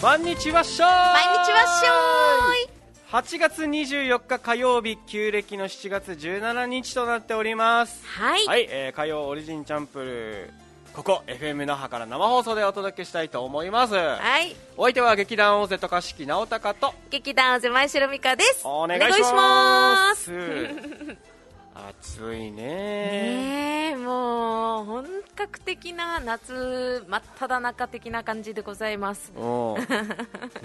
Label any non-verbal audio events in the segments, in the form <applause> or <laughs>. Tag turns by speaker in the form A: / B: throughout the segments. A: こんにちはっしょーこ
B: 毎日はしょーい
A: 8月24日火曜日旧暦の7月17日となっております
B: はい、
A: はい、えー、火曜オリジンチャンプルここ FM 那覇から生放送でお届けしたいと思います、
B: はい、
A: お相手は劇団大勢渡嘉敷直隆と
B: 劇団ぜまいしろみかです
A: お願いします
B: お願いし
A: 暑い
B: ます
A: ね
B: ねえもう本格的な夏真っ只中的な感じでございます
A: うん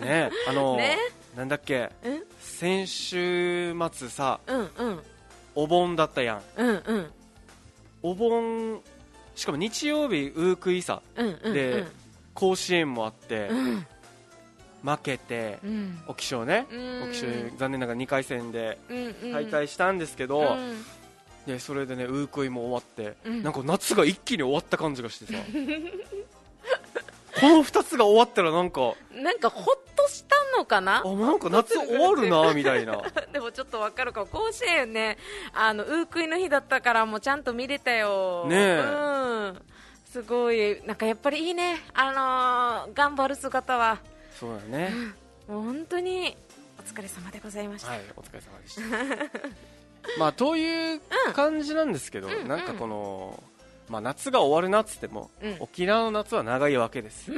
A: ねあの
B: <laughs> ね
A: なんだっけ
B: うん
A: 先週末さ
B: うんうん
A: お盆だったやん
B: うんうん
A: お盆しかも日曜日ウークイサ
B: うんうん
A: で甲子園もあって
B: うん
A: 負けて
B: うん
A: 沖賞ね
B: うん
A: 沖賞残念ながら2回戦で
B: うんうん
A: 敗退したんですけ
B: う
A: ど
B: ん
A: でそれでねウークイも終わって
B: うん
A: なんか夏が一気に終わった感じが
B: <laughs>
A: してさこの2つが終わったらなんか
B: なんかほっとしたのかな
A: あなんか夏終わるなみたい
B: <laughs>
A: な
B: でもちょっとわかるかも甲子園ねあのウークイの日だったからもうちゃんと見れたよ
A: ねえ
B: うんすごいなんかやっぱりいいねあのー頑張る姿は
A: そうだね
B: もう本当にお疲れ様でございました、
A: はい、お疲れ様でした。 <laughs> まあ、という感じなんですけど、
B: んうん
A: なんかこの、まあ、夏が終わるなっつっても、
B: うん
A: 沖縄の夏は長いわけです、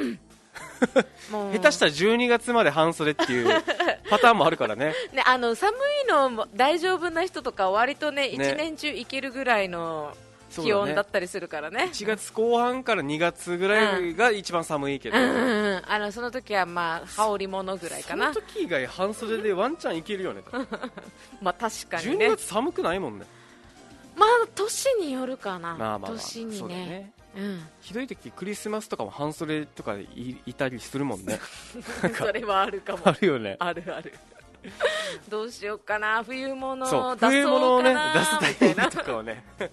B: もう
A: 下手したら12月まで半袖って
B: <laughs>
A: いうパターンもあるからね、
B: ね、あの寒いのも大丈夫な人とか割とね
A: ね
B: 一年中いけるぐらいの
A: そうだね
B: 気温だったりするからね
A: 1月後半から2月ぐらいが一番寒いけど、
B: うんうんうんあのその時はまあ羽織り物ぐらいか
A: そ
B: な
A: の時以外、半袖でワンチャンいけるよね、
B: まあ確かにね
A: 12月寒くないもんね、
B: まあ年によるか
A: ま
B: な、
A: あまあ、まあ、
B: 年に
A: そうだよね。
B: うん
A: ひどい時クリスマスとかも半袖とかでいいたりするもんね <laughs>
B: <laughs> それはあるかも
A: あるよね
B: あるあるどうしようかな冬物
A: そう
B: 出
A: 冬物
B: そう
A: を
B: か
A: ね
B: な
A: 出すタ
B: み
A: イ
B: た
A: ミン
B: いな
A: グとかをね <laughs>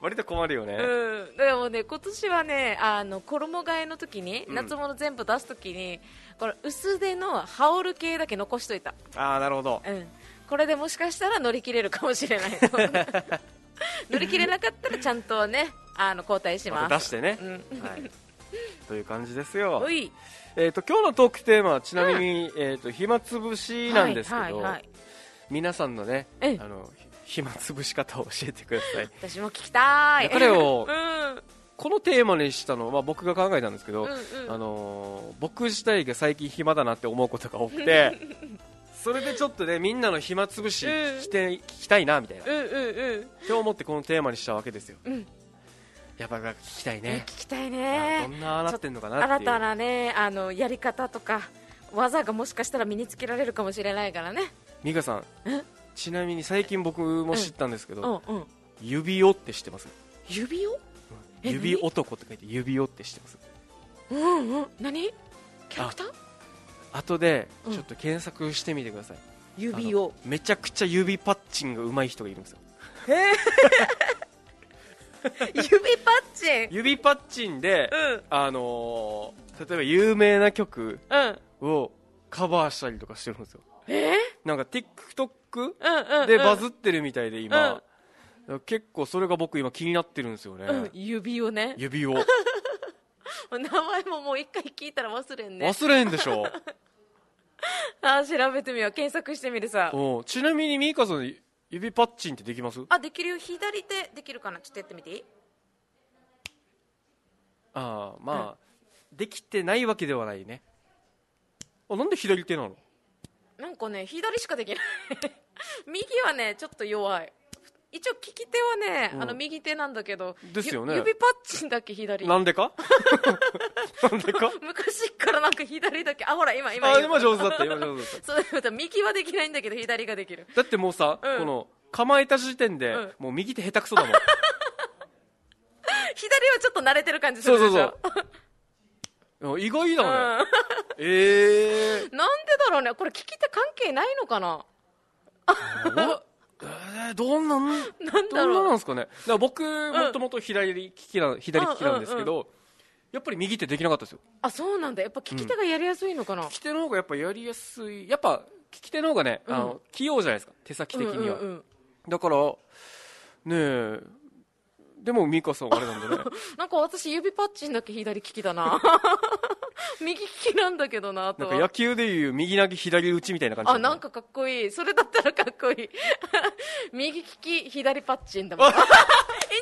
A: 割と困るよね、
B: うん、でもね今年はねあの衣替えの時に
A: うん
B: 夏物全部出す時に、この薄手の羽織る系だけ残しといた、
A: ああなるほど
B: うん、これでもしかしたら乗り切れるかもしれ
A: <laughs>
B: ない乗り切れなかったらちゃんとねあの交代しま、
A: ますた出してね、
B: うん
A: はい、という感じですよ
B: お、い
A: えー、と今日のトークテーマはちなみに、えー、と暇つぶしなんですけど、
B: はいはいはい、
A: 皆さんのねあ
B: ええ
A: のひ暇つぶし方を教えてくだ
B: <laughs>
A: さい
B: 私も聞きたい
A: いや彼を
B: <laughs> うん
A: このテーマにしたのは、まあ、僕が考えたんですけど、
B: うんうん
A: あのー僕自体が最近暇だなって思うことが多く
B: <laughs>
A: てそれでちょっとねみんなの暇つぶし聞きて聞きたいなみたいな
B: うんうんうん
A: 今日思ってこのテーマにしたわけですよ、
B: うん
A: やっぱなんか聞きたい
B: え
A: ね
B: 聞きたい
A: あど
B: ね
A: んなああなってんのかなってい
B: 新
A: う
B: たなねあのやり方とか技がもしかしたら身につけられるかもしれないからね
A: 美香さん
B: え
A: ちなみに最近僕も知ったんですけ
B: うん
A: ど、
B: うん
A: 指輪って知ってます
B: 指をえ
A: 指男って書いて指輪って知ってます
B: うんうん何キャラクター
A: 後で
B: うん
A: ちょっと検索してみてください、<laughs>
B: 指を
A: あのめちゃくちゃ指パッチンが上手い人がいるんですよ
B: 指パッチン
A: 指パッチンで、
B: うん
A: あのー例えば有名な曲
B: うん
A: をカバーしたりとかしてるんですよ
B: え
A: なんか TikTok
B: うんうんうん
A: でバズってるみたいで今、結構それが僕今気になってるんですよね、
B: うん指を <laughs> ね
A: 指を
B: 名前ももう一回聞いたら忘れんね
A: 忘れんでしょ、
B: あー調べてみよう検索してみるさ
A: うん、ちなみにミイカさん指パッチンってできます
B: あできるよ左手できるかなちょっとやってみていい
A: ああまあ、できてないわけではないねあなんで左手なの
B: なんかね左しかできない <laughs> 右はねちょっと弱い一応利き手はね、
A: うん
B: あの右手なんだけど
A: ですよね
B: ゆ指パッチンだけ左
A: なんで
B: <laughs>
A: かなんでか
B: 昔からなんか左だけあほら今今
A: あ
B: 言う
A: 今上手だった今上手だった
B: <laughs> そうだから右はできないんだけど左ができる
A: だってもうさ、
B: うん
A: この構えた時点で、
B: うん
A: もう右手下手くそだもん
B: 左はちょっと慣れてる感じす
A: そう
B: るでし
A: そ
B: ょ
A: う
B: <laughs>
A: そう意外だね、
B: うん
A: ええ
B: <laughs> なんでだろうねこれ利き手関係ないのかな
A: おえーどうなん
B: なんだ
A: ど
B: ろ
A: ん
B: う
A: ななんですかねだから僕もともと左利きな左利きなんですけど、やっぱり右手できなかったですよ
B: <laughs> あそうなんだやっぱ利き手がやりやすいのかな、
A: 利き手の方がやっぱやりやすいやっぱ利き手の方がね、あ
B: う
A: の器用じゃないですか手先的には、
B: うんうんうん
A: だからねえ
B: <laughs>
A: でも美香さんはあれなんでね <laughs>
B: なんか私指パッチンだけ左利きだな右利きなんだけどなと
A: なん
B: は
A: か野球でいう右投げ左打ちみたいな感じ
B: あなんかかっこいいそれだったらかっこいい <laughs> 右利き左パッチンだもん <laughs> いいん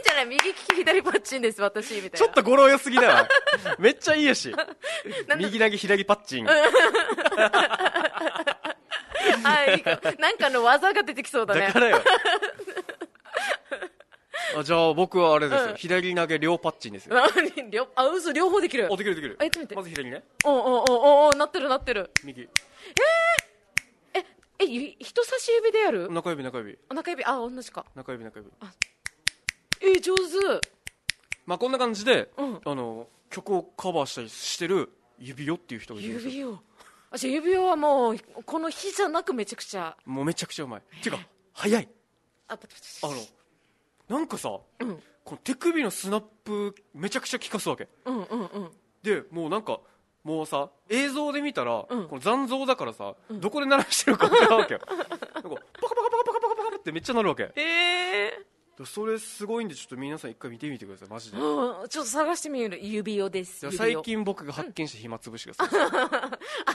B: じゃない右利き左パッチンです私みたいな
A: ちょっと語呂良すぎだわめっちゃいいやし
B: <laughs> なんだ
A: 右投げ左パッチン
B: あいいかなんかの技が出てきそうだね
A: だから
B: <laughs>
A: よあじゃあ僕はあれですよ、
B: うん
A: 左投げ両パッチンですよ
B: 何両あ嘘両方できる
A: おできるできる
B: あちょっと待って
A: まず左ね
B: おんおんおんおんおんなってるなってる
A: 右
B: ええゆ人差し指でやる
A: 中指中指
B: お中指あ同じか
A: 中指中指
B: え上手
A: まあこんな感じで、
B: うん
A: あの曲をカバーしたりしてる指輪っていう人がいるんですよ
B: 指をあじゃあ指輪はもうこの日じゃなくめちゃくちゃ
A: もうめちゃくちゃうまいっていうか早い
B: あパチパチ
A: あ
B: パチ
A: のなんかさ、この手首のスナップめちゃくちゃ効かすわけ
B: うんうんうん
A: でもうなんかもうさ映像で見たら、
B: うん
A: この残像だからさ、どこで鳴らしてるか分からんわけよなんかパカパカパカパカパカパカってめっちゃ鳴るわけ
B: ええ
A: それすごいんでちょっと皆さん一回見てみてくださいマジで
B: うん、ちょっと探してみる指輪です
A: じゃあ
B: 指輪
A: 最近僕が発見した暇つぶしがさ、
B: あ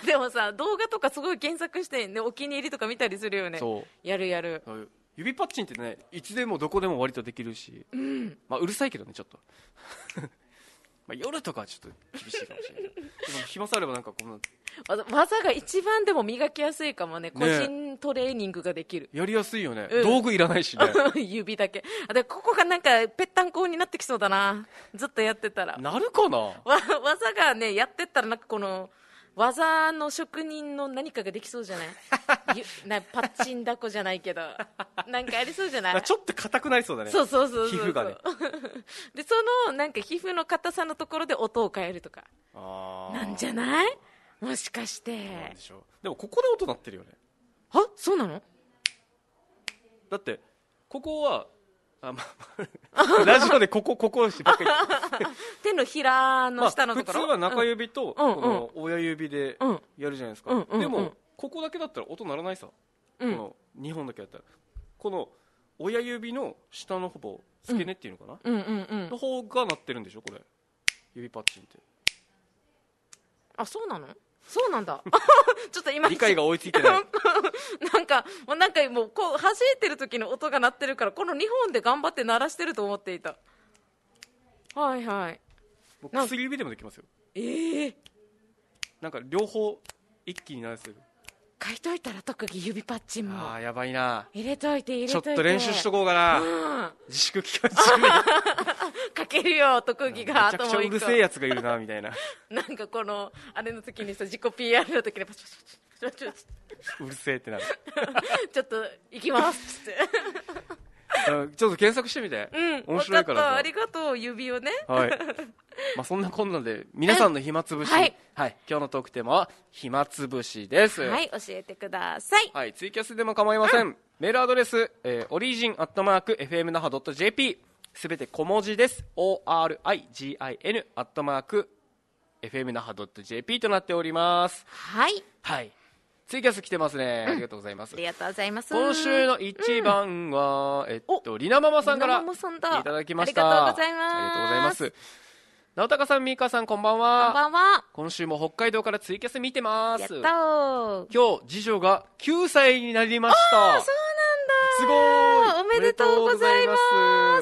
B: でもさ動画とかすごい検索して、ね、お気に入りとか見たりするよね
A: そう
B: やるやる
A: 指パッチンってねいつでもどこでも割とできるし、まあ、うるさいけどねちょっとまあ夜とかはちょっと厳しいかもしれないけどでも暇さえあればなんかこの
B: わ技が一番でも磨きやすいかもね個人トレーニングができる、
A: やりやすいよね、
B: うん
A: 道具いらないしね
B: <laughs> 指だけあでここがなんかぺったんこになってきそうだなずっとやってたら
A: なるかな
B: わ技がねやってったらなんかこの技の職人の何かができそうじ
A: <laughs>
B: ゃないゆなパッチンだこじゃないけどなんかありそうじゃない
A: まあちょっと硬くなりそうだね
B: そうそうそうそう
A: 皮膚がね
B: <laughs> でそのなんか皮膚の硬さのところで音を変えるとか
A: あー
B: なんじゃないもしかし
A: なん
B: て
A: でしょうでもここで音鳴ってるよね
B: あそうなの
A: だってここはあ、ま
B: <laughs>
A: あ、ラジオでここここばっかり
B: 手のひ
A: ま
B: らの
A: あ
B: 下のと
A: 普
B: こ
A: 通
B: ろ、
A: は中指と
B: うんうん
A: この親指で
B: うん
A: やるじゃないです
B: うん
A: か
B: うんうん
A: でもここだけだったら音鳴らないさこ
B: うん
A: の2本だけだったらこの親指の下のほぼ付け根っていうのかな
B: うん、うんうんうん
A: の方が鳴ってるんでしょこれ指パッチンって
B: あそうなのそうな
A: <laughs>
B: んだちょっと今
A: 理解が追い <laughs> ついてない
B: なんかもうなんかもうこう弾いてる時の音が鳴ってるからこの2本で頑張って鳴らしてると思っていたはいはい
A: もう
B: なんか
A: 薬指でもできますよ
B: ええ
A: なんか両方一気に鳴らせる
B: 書いといたら特技指パッチン
A: あ
B: も
A: あやばいな
B: 入れといて入れ
A: ちょ
B: と
A: っ
B: いて
A: と練習しとこうかな
B: うん
A: 自粛期間中に
B: かけるよ特
A: め
B: 技
A: ち
B: が
A: ゃ
B: あと
A: くちゃ
B: もう
A: う
B: 一個
A: るせえやつがいるなみたいな
B: なんかこのあれの時にさ自己 PR の時にパチパチパチパチパチ
A: うるせえってなる
B: パチちょっと行きますっつって
A: うんちょっと検索してみて
B: うん
A: 面白いか
B: わった
A: ら
B: ありがとう指をね
A: さはいまあそんなこんなで皆さんの暇つぶし
B: はい
A: はい今日のトークテーマは暇つぶしです
B: はい教えてください
A: はいツイキャスでも構いませんメールアドレスえーオリジンアットマーク FMNAHA.jp すべて小文字です ORIGIN アットマーク FMNAHA.jp となっております
B: はい
A: はいツイキャス来てますねありがとうございます
B: ありがとうございます
A: 今週の一番は、えっと、りなママさんから
B: りなママさんだ
A: いただきました。
B: ありがとうございます
A: ありがとうございます。直高さん、みーかさん、こんばんは。
B: こんばんは
A: 今週も北海道からツイキャス見てます
B: やっ。たー
A: 今日、次女が9歳になりました。すごい
B: おめでとうございます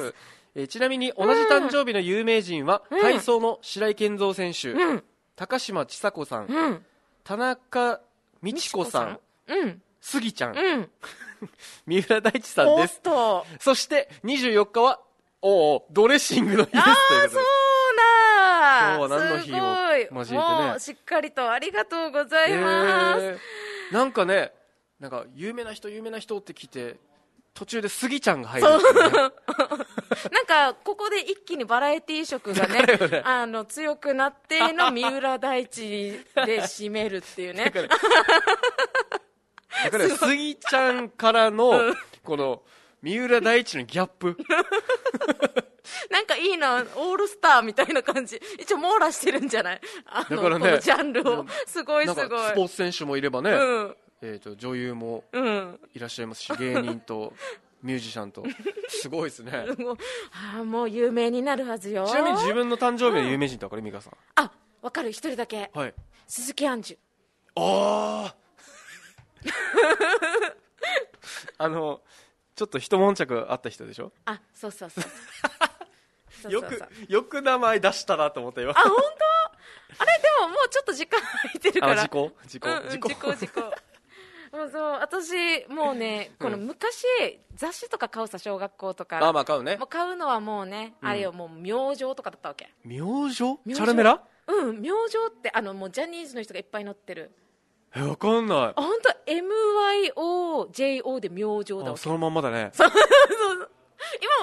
A: おめでとうございますえーちなみに同じ誕生日の有名人は、
B: うん
A: 体操の白井健三選手、
B: うん
A: 高嶋ちさ子さん、
B: うん
A: 田中美智子さん、
B: うん
A: スギちゃん、
B: うん
A: 三浦大知さん
B: お
A: で
B: っ
A: す。
B: と
A: そして24日は、おうおうドレッシングの日 <laughs> ですということ
B: そ
A: で
B: う
A: 今
B: だ
A: 日は何の日を
B: すごい
A: 交えてね
B: もうしっかりとありがとうございます、
A: へーなんかね、なんか有名な人、有名な人って聞いて、途中でスギちゃんが入るんですよね、
B: なんかここで一気にバラエティ色が
A: <laughs>
B: ねあの強くなっての三浦大知で締めるってい
A: <laughs>
B: うね
A: だ
B: <laughs>
A: からスギちゃんからの、この三浦大知のギャップ、
B: なんかいいなオールスターみたいな感じ一応網羅してるんじゃないあの
A: だからね
B: このジャンルをすごい
A: な
B: す
A: ん
B: ごい
A: かスポーツ選手もいればね、
B: うん
A: えー、と女優も
B: うん
A: いらっしゃいますし、芸人とミュージシャンと、すごいです
B: <laughs>
A: ね。
B: もうあーもう有名になるはずよ
A: ちなみに自分の誕生日の有名人ってこれ、美香さん。
B: あわかる一人だけ、
A: はい
B: 鈴木杏樹
A: あああのちょっと一悶着あった人でしょ
B: あそうそ
A: <laughs>
B: うそうそうそうそう
A: よくよく名前出したなと思ったよ
B: あ本当あれでももうちょっと時間空いてるか
A: あ
B: ら
A: 事故事故
B: うんうん、
A: 事故
B: 事
A: <laughs>
B: 故事故もうそう私もうねこの昔、雑誌とか買うさ小学校とか
A: まあまあ買うね
B: もう買うのはもうね、あれよもう明星とかだったわけ
A: 明星チ
B: 明星
A: ャルメラ
B: うん明星ってあのもうジャニーズの人がいっぱい載ってる
A: えわかんない
B: あ本当 MYOJO で明星だわ
A: あ
B: け <laughs>
A: そのまんまだね
B: 今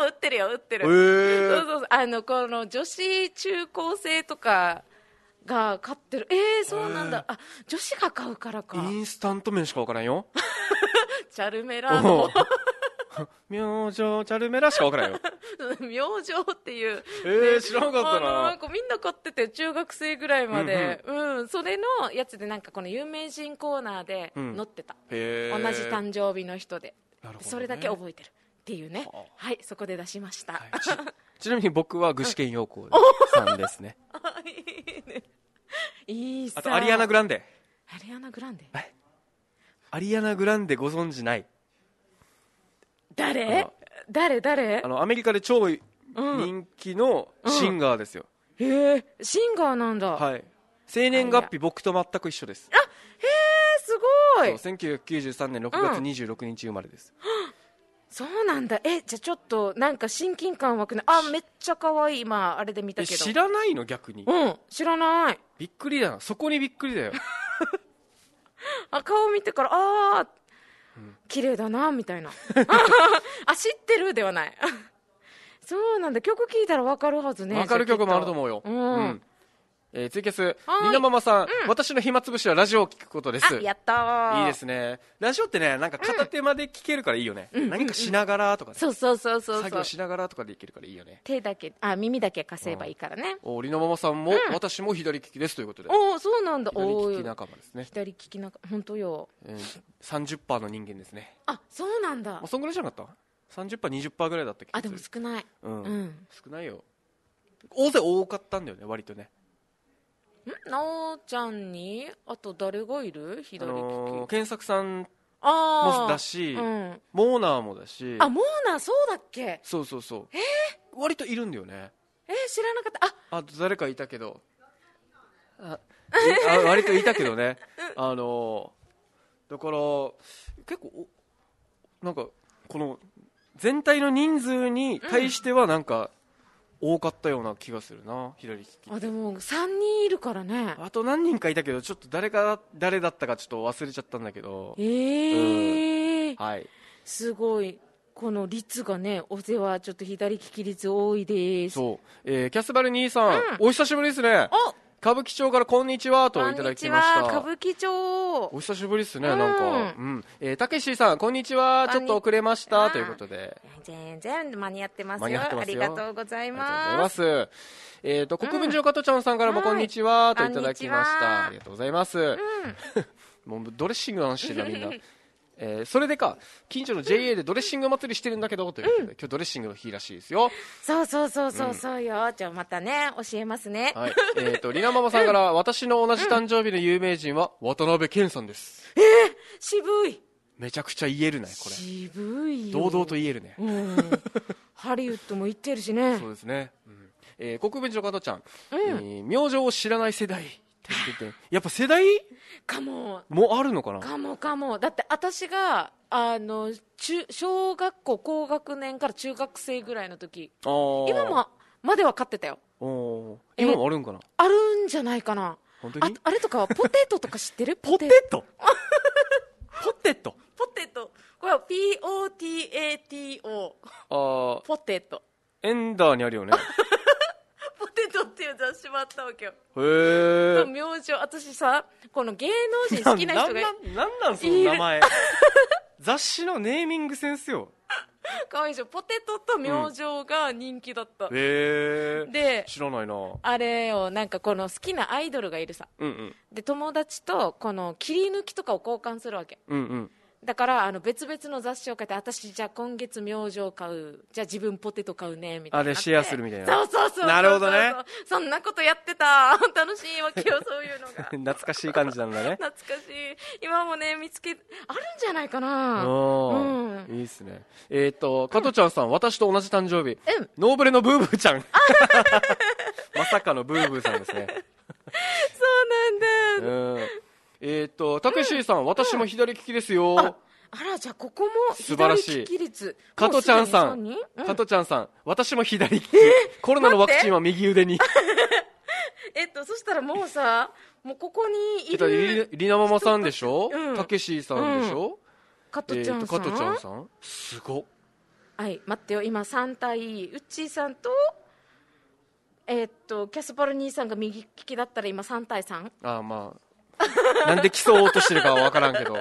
B: も売ってるよ売って
A: へ
B: る、そう
A: え
B: そうそうあのこの女子中高生とかが買ってるえー、そうなんだ、あ女子が買うからか
A: インスタント麺しかわからんよ
B: チャルメラ
A: お
B: の
A: う <laughs> 明星チャルメラしかわからんよ
B: <laughs> 明星っていう
A: えー、知らなかった
B: あのな
A: なん
B: かみんな買ってて中学生ぐらいまで、うんそれのやつでなんかこの有名人コーナーで
A: うん
B: 載ってた、
A: へ
B: 同じ誕生日の人で、
A: なるほどね
B: それだけ覚えてるっていうね
A: は
B: はいそこで出しました、
A: はいち <laughs> ちなみに僕は具志堅用高さんですね
B: いいね <laughs> いいさ
A: あとアリアナ・グランデ
B: アリアナグランデ
A: アリアナ・グランデご存じないあ
B: 誰
A: の
B: 誰誰
A: あのアメリカで超人気のシンガーですよ、
B: へえシンガーなんだ、
A: はい生年月日僕と全く一緒です
B: えすごい
A: そう1993年6月26日生まれです、
B: そうなんだえじゃあちょっとなんか親近感湧くねあめっちゃ可愛い今あれで見た
A: え
B: けど
A: 知らないの逆に
B: うん知らない
A: びっくりだなそこにびっくりだよ
B: あ顔見てからああ綺麗だなみ
A: <laughs>
B: たいな <laughs> あ知ってるではない <laughs> そうなんだ曲聴いたら分かるはずね
A: わかる曲もあると思うよ、
B: じゃあきっとうん、
A: えーツイキャス
B: ーい
A: みなママさん、私の暇つぶしはラジオを聞くことです
B: あやったー
A: いいですねラジオってねなんか片手間で聞けるからいいよね、何かしながらとかね、
B: そうそうそうそう
A: 作
B: そう
A: 業しながらとかでいけるからいいよね
B: 手だけあ耳だけ貸せばいいからね、
A: おりのママさんも、私も左利きですということで
B: おおそうなんだ
A: 左
B: お
A: 利き
B: ー
A: 仲間ですね、
B: 左利きな本当よ
A: えー、30%の人間ですね
B: あそうなんだ
A: あそんぐらいじゃなかった ?30%20% ぐらいだった気が
B: あ
A: す
B: で
A: る
B: も少ない
A: うん
B: うん
A: 少ないよ大勢多かったんだよね割とね、
B: なおちゃんにあと誰がいる
A: あ
B: 左利き、
A: のー、検索さん
B: ああ
A: もだし
B: うん、
A: モーナーもだし
B: あモーナーそうだっけ
A: そうそうそう、割といるんだよね
B: えー知らなかったあ
A: あと誰かいたけどああ割といたけど
B: <laughs>
A: ねあのーだから結構おなんかこの全体の人数に対してはなんか多かったような気がするな、左利き
B: あでも3人いるからね
A: あと何人かいたけどちょっと誰が誰だったかちょっと忘れちゃったんだけど
B: えー
A: はい
B: すごいこの率がねお世話ちょっと左利き率多いです
A: そう、えーキャスバル兄さん、お久しぶりですね
B: お
A: 歌舞伎町からこんにちはと
B: こ
A: い
B: ん
A: ただ
B: に
A: き
B: ち
A: ました
B: は歌舞伎町
A: お久しぶりですね、
B: うん
A: なんか。うん。えーたけしさん、こんにちは。ち
B: こ
A: ょ
B: ん
A: っ
B: に
A: と遅れました。ということで。
B: 全然間に合ってます
A: 間に合って
B: よ
A: ま
B: あ
A: す
B: り
A: よ
B: がとうござい
A: ありがとうございま
B: ます
A: す。えっ、と、国分寺加トちゃんさんからも、こんにちは。と
B: はい
A: いただきまし
B: こんにち
A: た。
B: は
A: ありがとうございます。 <laughs> もう、ドレッシングの話してるな、みん
B: <laughs>
A: な。えーそれでか、近所の JA でドレッシング祭りしてるんだけど、ということで、今日ドレッシングの日らしいですよ。
B: そうそうそうそうそうよじゃあまたね教えますね <laughs>
A: はい。えっ、と、りなママさんから、私の同じ誕生日の有名人は、渡辺謙さんです。
B: 渋い
A: めちゃくちゃ言えるね、これ。
B: 渋いよ
A: 堂々と言えるね。
B: うんハリウッドも行ってるしね
A: そうですね、うんえー国分寺の加藤ちゃん、えー明星を知らない世代って言っててやっぱ世代
B: かも
A: もあるのかな
B: かもかもだって私があの中小学校高学年から中学生ぐらいの時今
A: 今
B: もまでは買ってたよ
A: 今もあるんかな
B: あるんじゃないかな
A: 本当
B: あ
A: に
B: あれとかはポテトとか知ってるポテ
A: トポテト
B: ポテトこれは POTATO
A: あ
B: ポテト
A: ーエンダーにあるよね
B: ポテトっていう雑誌もあったわけよ
A: へえ
B: 明星私さこの芸能人好きな人
A: ん
B: が
A: なんなんその名前雑誌のネーミングセンスよ
B: かわいいでしょポテトと明星が人気だった、
A: へえ
B: で
A: 知らないな
B: あれをなんかこの好きなアイドルがいるさ
A: うんうん
B: で友達とこの切り抜きとかを交換するわけ
A: うんうん <laughs>
B: だからあの別々の雑誌を買って私じゃあ今月明星買うじゃあ自分ポテト買うねみた
A: あ
B: いな
A: でシェアするみたいな
B: そうそうそう
A: なるほどね
B: そうそうそうそんなことやってた楽しいわけよそういうの
A: <laughs>
B: が
A: 懐かしい感じなんだね
B: 懐かしい今もね見つけあるんじゃないかな
A: おー
B: うん
A: いいですねえっ、と加トちゃんさん、私と同じ誕生日、
B: うん
A: ノーブレのブーブーちゃん <laughs> まさかのブーブーさんですね
B: そうなん
A: う
B: だ
A: んえっ、とたけしーさん、私も左利きですよ
B: あらじゃあここも
A: 素晴ら
B: 左
A: しい
B: 利き率
A: 加トちゃんさん
B: もうすでに三人うん
A: 加トちゃんさん私も左利き、コロナのワクチンは右腕に
B: えっとそしたらもうさもうここにい
A: えっと
B: る
A: りりなママさんでしょ
B: うん
A: たけしさんでしょ、
B: 加
A: え
B: ト
A: っ
B: ちゃん
A: と加
B: さん
A: トちゃんさんすごっ
B: はい、待ってよ、今3対、うっちーさんと、えーっと、キャスパル兄さんが右利きだったら今3対3。
A: ああまあなんで競おうとしてるかは分からんけ
B: <laughs>
A: ど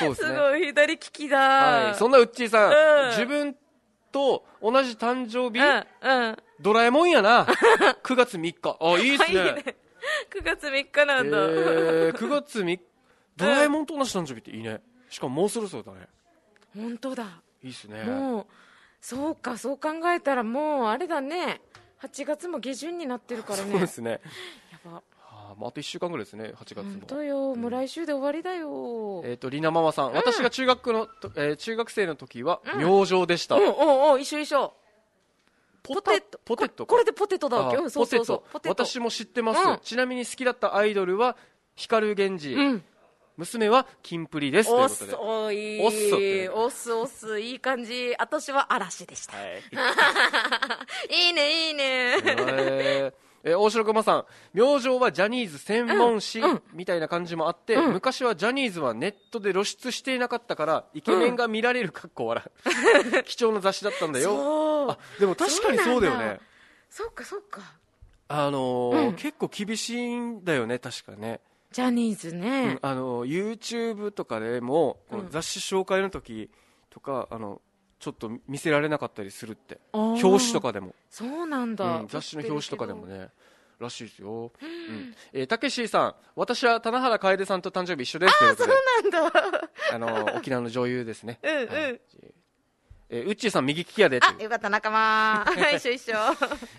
A: そうです
B: す
A: ね
B: ごい、左利きだ。
A: はい、そんなうっちーさん、
B: うん
A: 自分と同じ誕生日、
B: うん、うん。
A: ドラえもんやな <laughs> 9月3日あいいっすね
B: はい <laughs> ね。9月3日な
A: え
B: んだ。 <laughs>
A: ー、9月3日ドラえもんと同じ誕生日っていいねしかももうそろそろだね
B: 本当だ。
A: いいっすね
B: もう、そうか、そう考えたらもう、あれだね。8月も下旬になってるから
A: そう
B: ね
A: で。すね
B: やば。
A: あ,、まあ、あと1週間ぐらいですね8月も
B: 本当よ、もう来週で終わりだよ。
A: えっ、とりなママさん、私が中学のと、えー中学生の時は
B: うん
A: 明星でした、
B: うん、うん、うん、一緒一緒。
A: ポ
B: ポテト。
A: ポテト
B: これこれでポテトだわけ。
A: あ
B: うん、そうそうそう。
A: ポテト私も知ってます、
B: うん
A: ちなみに好きだったアイドルは光源氏、
B: うん。
A: 娘はキンプリですという
B: お
A: こと
B: す
A: で
B: おい
A: おっそって
B: おすおすいい感じ私は嵐でした、、
A: はい
B: いねいいね
A: えーえー大城くまさん明星はジャニーズ専門誌
B: うんうん
A: みたいな感じもあって、
B: うん
A: 昔はジャニーズはネットで露出していなかったからイケメンが見られるかっこ笑
B: <laughs>
A: う貴重な雑誌だったんだよ
B: そう
A: あでも確かにそうだよ
B: そうなん
A: ね
B: だそうかそうか
A: あのー
B: うん
A: 結構厳しいんだよね確かね、
B: ジャニーズ
A: うん
B: ね、
A: あのー YouTube とかでもこ
B: う
A: の
B: ん
A: 雑誌紹介の時とか、あのちょっと見せられなかったりするって
B: あー
A: 表紙とかでも
B: そうなんだ、
A: うん、雑誌の表紙とかでも
B: ね
A: ねらしいですよ、うんえーたけしーさん私は棚原楓さんと誕生日一緒ですということで
B: な
A: <laughs>
B: んだ
A: あの沖縄の女優ですね
B: うんうん
A: はいえーうっちーさん右利きやでという
B: あよかった
A: <laughs>
B: 仲間一緒一緒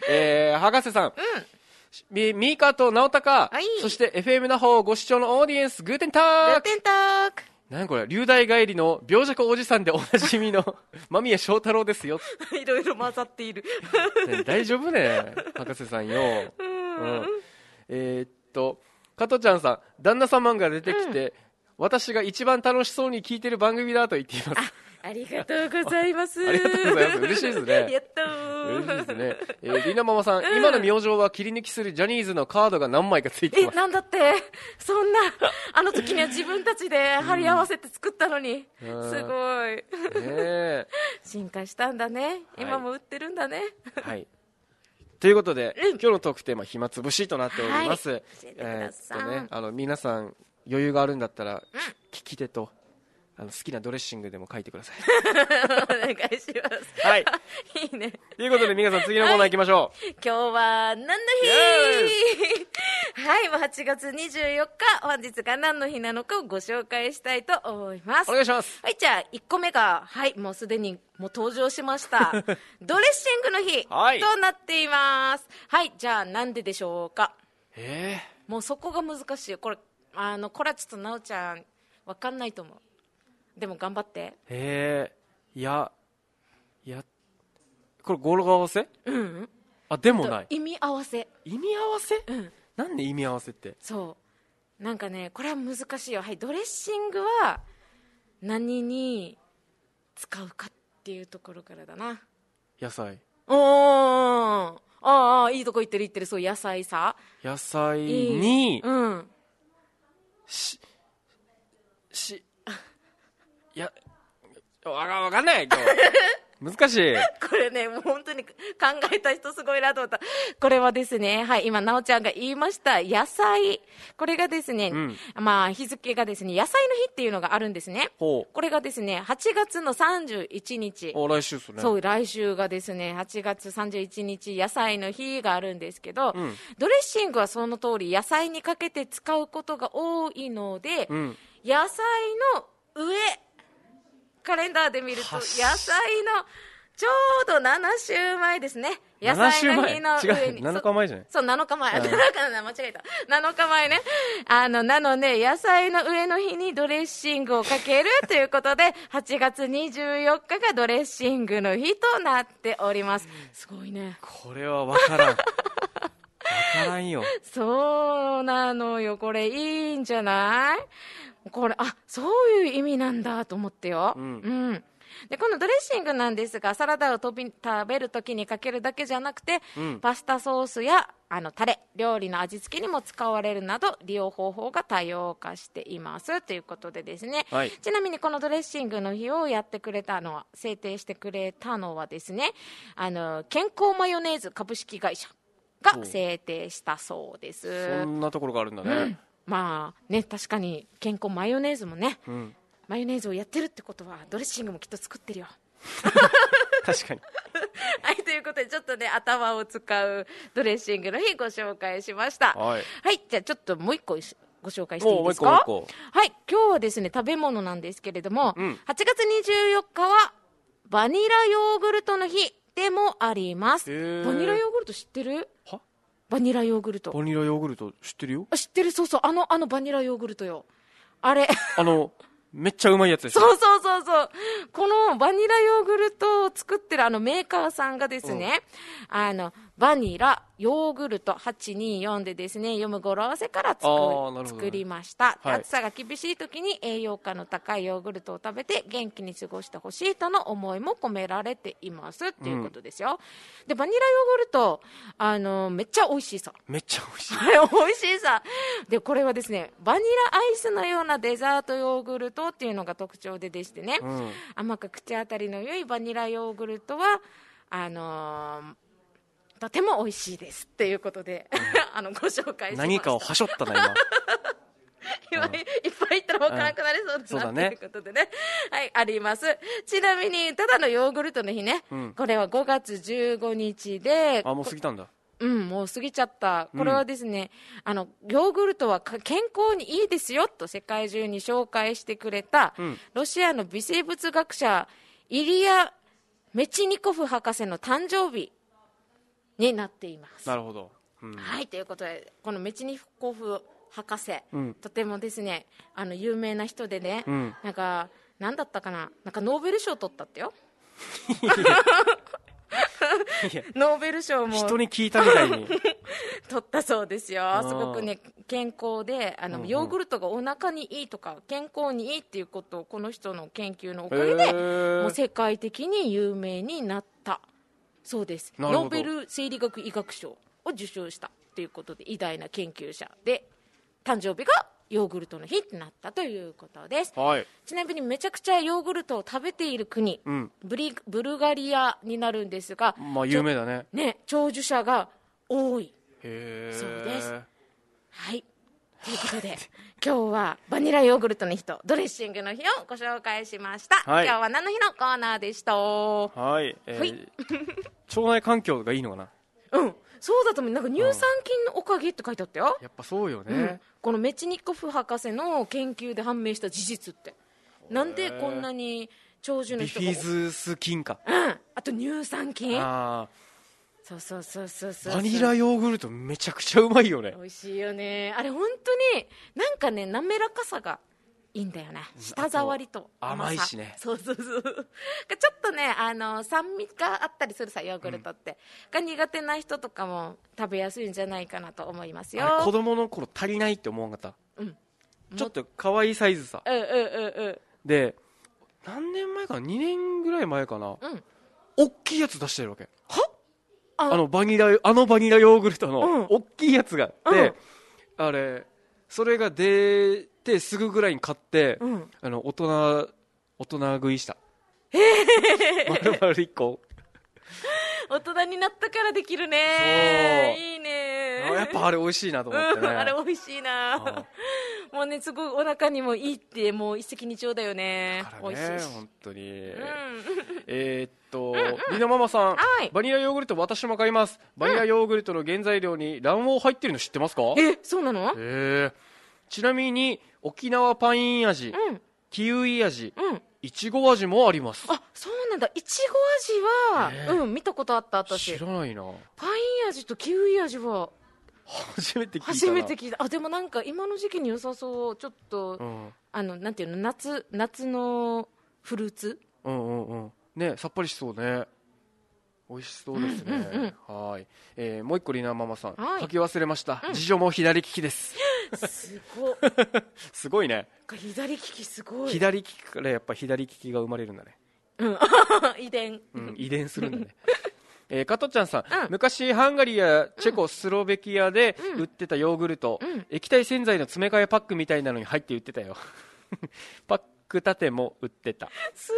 A: えー、博士さん、しみみーかと直高、
B: はい
A: そして FM な方をご視聴のオーディエンスグーテンタ
B: ル
A: ー
B: ー
A: ク
B: テンターク <laughs>
A: 何これ流大帰りの病弱おじさんでおなじみの <laughs> 間宮祥太郎ですよ
B: いろいろ混ざっている
A: ね大丈夫ね博士さんよ、うんえーっと加トちゃんさん旦那様が出てきて、私が一番楽しそうに聞いてる番組だと言っています
B: ありがとうございます
A: ありがとうございます嬉しいですね
B: やった
A: 嬉しい
B: ー
A: ですね、えー、りなママさん、今の明星は切り抜きするジャニーズのカードが何枚かついて
B: え、
A: ます
B: なんだって、そんな、あの時には自分たちで貼り合わせて作ったのに、
A: うん
B: すごい。
A: ねえ
B: 進化したんだね。今も売ってる
A: <laughs>
B: んだね。
A: はい。ということで、
B: うん
A: 今日のトークテーマ、暇つぶしとなっております。
B: はい教えてください
A: えーっとね、あの、皆さん、余裕があるんだったら、聞き手と、あの、好きなドレッシングでも書いてくだ
B: <laughs>
A: さい。
B: お願いします。
A: はい。
B: <laughs> いいね。
A: ということで、皆さん、次のコーナー行きましょう。
B: 今日は何の日はい、もう8月24日、本日が何の日なのかをご紹介したいと思います。
A: お願いします。
B: はい、じゃあ、1個目が、はい、もうすでに、もう登場し
A: <laughs>
B: ました。ドレッシングの日、
A: はい
B: となっています。はい、じゃあ、なんででしょうか。
A: え
B: もうそこが難しいよこれあのこれはちょっと奈緒ちゃんわかんないと思うでも頑張って
A: ー、えー、いや、いや、これ語呂合わせ
B: うんうん
A: あ、でもない。
B: 意味合わせ
A: 意味合わせ
B: うん
A: なんで意味合わせって。
B: そうなんかねこれは難しいよはいドレッシングは何に使うかっていうところからだな
A: 野菜。
B: おーああいいとこ行ってる行ってるそう野菜さ
A: 野菜
B: いい
A: に、
B: うん
A: し、し、いや、わかわかんない今
B: <laughs>
A: 日難しい。
B: これね、もう本当に考えた人すごいなと思った。これはですね、はい、今、なおちゃんが言いました、野菜。これがですね、
A: ん
B: まあ、日付がですね、野菜の日っていうのがあるんですね。
A: ほう。
B: これがですね、8月の31日。
A: お、来週っすね。。
B: そうう、来週がですね、8月31日、野菜の日があるんですけど、
A: ん
B: ドレッシングはその通り、野菜にかけて使うことが多いので、
A: ん。
B: 野菜の上カレンダーで見ると
A: は
B: 野
A: し
B: 菜のちょうど7週前ですね野
A: 7
B: 菜
A: 週
B: の日の
A: 前
B: 上
A: 違う
B: に
A: 7日前じゃない
B: そう、7日前。
A: うん
B: 7日だ、間違えた。7日前ね。あの、なので、野菜の上の日にドレッシングをかけるということで、8月24日がドレッシングの日となっております。すごいね。
A: これは分からん分からんよ
B: <laughs> そうなのよ。これいいんじゃないこれ、あ、そういう意味なんだと思ってよ。
A: うん
B: うんでこのドレッシングなんですがサラダをとび食べるときにかけるだけじゃなくて、
A: うん
B: パスタソースやあのタレ料理の味付けにも使われるなど利用方法が多様化していますということでですね、
A: はい
B: ちなみにこのドレッシングの日をやってくれたのは制定してくれたのはですねあの健康マヨネーズ株式会社が制定したそうです。
A: そんなところがあるんだね
B: まあね確かに健康マヨネーズもね
A: うん、
B: マヨネーズをやってるってことはドレッシングもきっと作ってるよ。
A: 確かに
B: はい、 <laughs> ということで、ちょっとね、頭を使うドレッシングの日ご紹介しました。
A: はい
B: じゃあちょっともう一個しご紹介してい
A: おう
B: い
A: もう
B: で
A: 一
B: す
A: 個もう
B: か
A: 一個
B: はい、今日はですね、食べ物なんですけれども、
A: うん
B: 8月24日は、バニラヨーグルトの日でもあります。
A: へ
B: バ
A: ー
B: ニラヨーグルト知ってる
A: は
B: バニラヨーグルト。
A: バニラヨーグルト知ってるよ
B: あ知ってるそうそう、あの、あのバニラヨーグルトよ。あれ。 <laughs>
A: あのめっちゃうまいやつでしょ
B: そうそうそうそう。このバニラヨーグルトを作ってるあのメーカーさんがですね、あの、バニラヨーグルト824でですね、読む語呂合わせから
A: あ
B: 作
A: ーなるほどね
B: る作りました、で
A: はい
B: 暑さが厳しい時に栄養価の高いヨーグルトを食べて元気に過ごしてほしいとの思いも込められていますっていうことですよ。で、バニラヨーグルト、あの、めっちゃ美味しいさ。
A: めっちゃ美味しい
B: あれ美味しいさでこれはですねバニラアイスのようなデザートヨーグルトっていうのが特徴ででしてね、
A: うん
B: 甘く口当たりの良いバニラヨーグルトはあのーとても美味しいですっていうことで、 <laughs> あのご紹介しました
A: 何かをはしょったな今
B: 今いっぱい言ったら分からなくなりそうだ
A: うんそうだ
B: な
A: ね
B: ということでね、はい、あります。ちなみに、ただのヨーグルトの日ね、
A: ん
B: これは5月15日で、
A: あもう過ぎたんだ
B: うん、もう過ぎちゃった。これはですね、あの、ヨーグルトはか健康にいいですよと世界中に紹介してくれた、
A: ん
B: ロシアの微生物学者、イリア・メチニコフ博士の誕生日になっています。
A: なるほど、うん、
B: はい、ということで、このメチニコフ博士、
A: うん
B: とてもですね、あの、有名な人でね、
A: うん
B: なんか、なんだったかな、なんかノーベル賞取ったってよ。
A: いや
B: <laughs> ノーベル賞 <laughs> も
A: 人に聞いたみたいに
B: 取ったそうですよ
A: ー、
B: すごくね、健康であの、
A: うんうん
B: ヨーグルトがお腹にいいとか、健康にいいっていうことを、この人の研究のおかげ
A: へ
B: で、
A: ー
B: もう世界的に有名になったそうです、
A: なるほど
B: ノーベル生理学医学賞を受賞したということで、偉大な研究者で、誕生日がヨーグルトの日になったということです。
A: はい
B: ちなみにめちゃくちゃヨーグルトを食べている国、
A: うん
B: ブリブルガリアになるんですが、
A: まあ有名だね
B: ね、長寿者が多い。
A: へえ
B: そうですはい。ということで、今日はバニラヨーグルトの日とドレッシングの日をご紹介しました。
A: はい
B: 今日は何の日のコーナーでした。う
A: はい、えー
B: はい。
A: <laughs> 腸内環境がいいのかなん
B: そうだと思う。なんか乳酸菌のおかげって書いてあったよ。
A: やっぱそうよね、
B: うんこのメチニコフ博士の研究で判明した事実って。なんでこんなに長寿の
A: ビ
B: 人
A: フ
B: が。
A: ィズス菌か
B: うん。あと乳酸菌。
A: あ
B: そうそうそうそうそ
A: ー
B: うそう。
A: バニラヨーグルトめちゃくちゃうまいよね
B: 美味しいよね。あれ本当に、なんかね、滑らかさがいいんだよね。舌触りと
A: あと
B: 甘さ。
A: 甘いしね
B: そうそうそう。ちょっとね、あの、酸味があったりするさ、ヨーグルトって。が苦手な人とかも食べやすいんじゃないかなと思いますよ
A: あ。れ子供の頃足りないって思わんかった、
B: うん
A: ちょっと可愛いサイズさ
B: うんうんうんうん。
A: で何年前かな2年ぐらい前かな、
B: うん
A: 大きいやつ出してるわけ
B: あ
A: あのバニラあのバニラヨーグルト
B: うん
A: の大きいやつがあって、あれそれが出てすぐぐらいに買って、
B: うん
A: あの大人大人食いした丸々1個
B: 大人になったからできるね。
A: そう
B: いい
A: あ
B: ね。
A: やっぱあれ美味しいなと思って
B: う
A: ね
B: ん、あれ美味しいな
A: あ。
B: もうね、すごいお腹にもいいって、もう一石二鳥だよね
A: だ。から
B: 美味し
A: ね
B: いし。
A: 本当に、
B: うん。
A: えーっと、りのママさん、
B: はい
A: バニラヨーグルト私も買いますバニラヨーグルトの原材料に卵黄入ってるの知ってますかへ
B: え、そうなの
A: えちなみに沖縄パイン味
B: うん。
A: キウイ味
B: うん
A: いちご味もあります
B: あそうなんだいちご味
A: ね
B: は、うん見たことあった私
A: 知らないな
B: パイン味とキウイ味は
A: 初めて聞いたな
B: 初めて聞いたあでもなんか今の時期に良さそうちょっと、
A: うん
B: あのなんていうの夏夏のフルーツ
A: うんうんうんねさっぱりしそうね美味しそうですね、
B: うんうん
A: はーい、えーもう一個リナママさん、
B: はい
A: 書き忘れました、次女も左利きです
B: すご
A: <laughs>
B: っ
A: すごいね
B: 左利きすごい
A: 左利きからやっぱ左利きが生まれるんだね、
B: <laughs> 遺伝
A: うん、遺伝するんだ
B: <laughs>
A: ねえー、加トちゃんさん、
B: うん
A: 昔ハンガリーやチェコ、スロベキアで売ってたヨーグルト、
B: うん
A: 液体洗剤の詰め替えパックみたいなのに入って売ってた
B: <laughs>
A: よパック立ても売ってた
B: す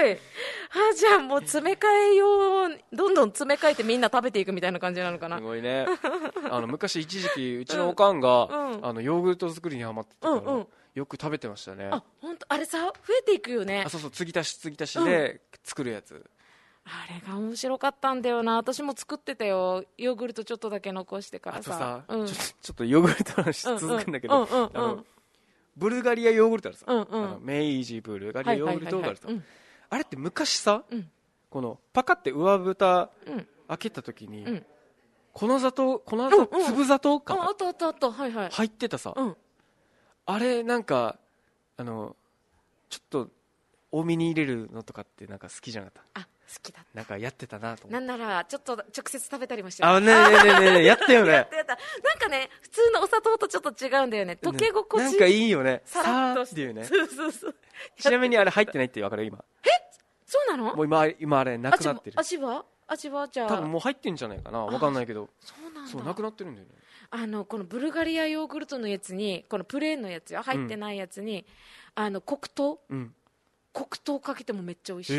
B: ごいあじゃあもう詰め替えようどんどん詰め替えてみんな食べていくみたいな感じなのかな
A: すごい
B: <laughs>
A: ねあの昔一時期うちのおかんが、
B: うんうん
A: あのヨーグルト作りにハマってたから、
B: うんうん
A: よく食べてましたね
B: あ本当あれさ増えていくよね
A: あそうそう継ぎ足し継ぎ足しで作るやつ、
B: あれが面白かったんだよな私も作ってたよヨーグルトちょっとだけ残してか
A: あ
B: ら
A: と
B: さ
A: さ、
B: うん
A: ちょっとちょっとヨーグルトの話
B: うん
A: 続くんだけど、
B: うんうんうん
A: あのブルガリアヨーグルトあるさ、
B: うんうん
A: あの明治ブルガリ
B: は
A: ア
B: い
A: ヨ
B: は
A: ー
B: い
A: グルトがあるさ、
B: はいはい
A: あれって昔さ、
B: うん
A: このパカって上蓋
B: うんうん
A: 開けた時に、
B: うん
A: 粉砂糖粉砂
B: うんうん
A: 粒砂糖か、
B: ああったあったあったはいはい
A: 入ってたさ、
B: うん
A: あれなんかあのちょっと多めに入れるのとかってなんか好きじゃなかった
B: あ好きだ
A: なんかやってたなと思
B: な
A: って
B: んならちょっと直接食べたりもしてる
A: あねえねえねえねえやったよ
B: <laughs> や
A: ね
B: ったやったなんかね普通のお砂糖とちょっと違うんだよね溶け心地
A: なんかいいよね
B: さらっとし
A: っていうね
B: そうそうそう
A: ちなみにあれ入ってないって分かる今
B: そうなの
A: もう今今あれなくなってる
B: 味は味は味はじゃあ
A: 多分もう入ってんじゃないかな分かんないけど
B: そうなんだ
A: そうなくなってるんだよね
B: あのこのブルガリアヨーグルトのやつにこのプレーンのやつよ入ってないやつに、あの黒糖
A: うん
B: 黒糖かけてもめっちゃ美味しい、
A: へ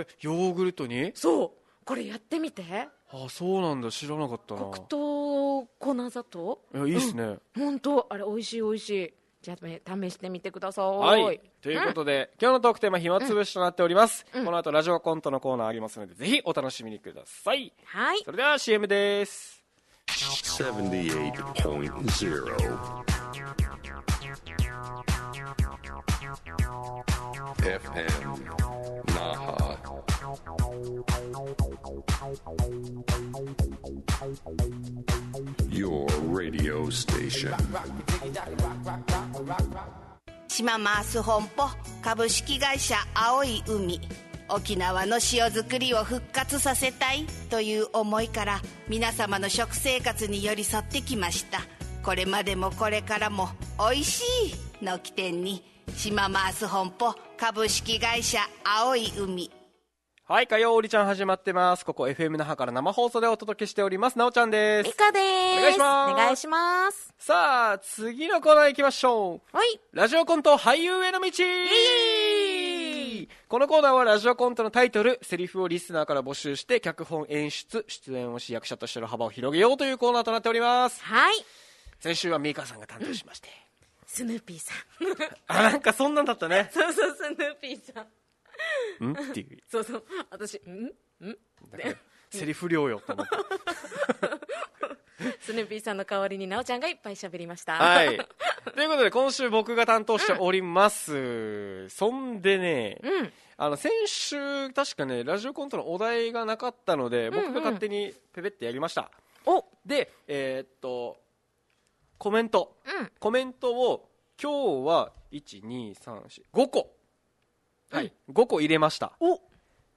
A: えヨーグルトに
B: そうこれやってみて
A: あそうなんだ知らなかったな
B: 黒糖粉砂糖
A: いやいいっすね
B: 本当あれ美味しい美味しいじゃあ試してみてください
A: はい。ということで、今日のトークテーマ、暇つぶしとなっております。
B: うん
A: この後、ラジオコントのコーナーありますので、ぜひお楽しみにください。
B: はい
A: それでは CM です。
C: 78.0 FM Naha.
D: 島マース本舗株式会社青い海沖縄の塩作りを復活させたいという思いから皆様の食生活に寄り添ってきましたこれまでもこれからも「おいしい」の起点に島マース本舗株式会社青い海
A: はい、火曜おりちゃん始まってます。ここ FM 那覇から生放送でお届けしております。なおちゃんで
B: ミ
A: す。
B: カです
A: お願いします
B: お願いします
A: さあ、次のコーナー行きましょう。
B: はい
A: ラジオコント俳優への道このコーナーはラジオコントのタイトル、セリフをリスナーから募集して、脚本、演出、出演をし役者としての幅を広げようというコーナーとなっております。
B: はい
A: 先週はミカさんが担当しまして。
B: スヌーピーさん
A: あ、なんかそんなんだったね。
B: そうそうスヌーピーさん
A: んっていう。
B: そうそう私ん
A: セリフ量よと思って。
B: スヌーピーさんの代わりになおちゃんがいっぱい喋りました <laughs>
A: はい。ということで、今週僕が担当しております。そんでね、
B: うん
A: あの、先週、確かね、ラジオコントのお題がなかったので、僕が勝手にペペってやりました。
B: お
A: で、えーっと、コメント。
B: うん
A: コメントを、今日は、1、2、3、4、5個。はい。5個入れました。
B: お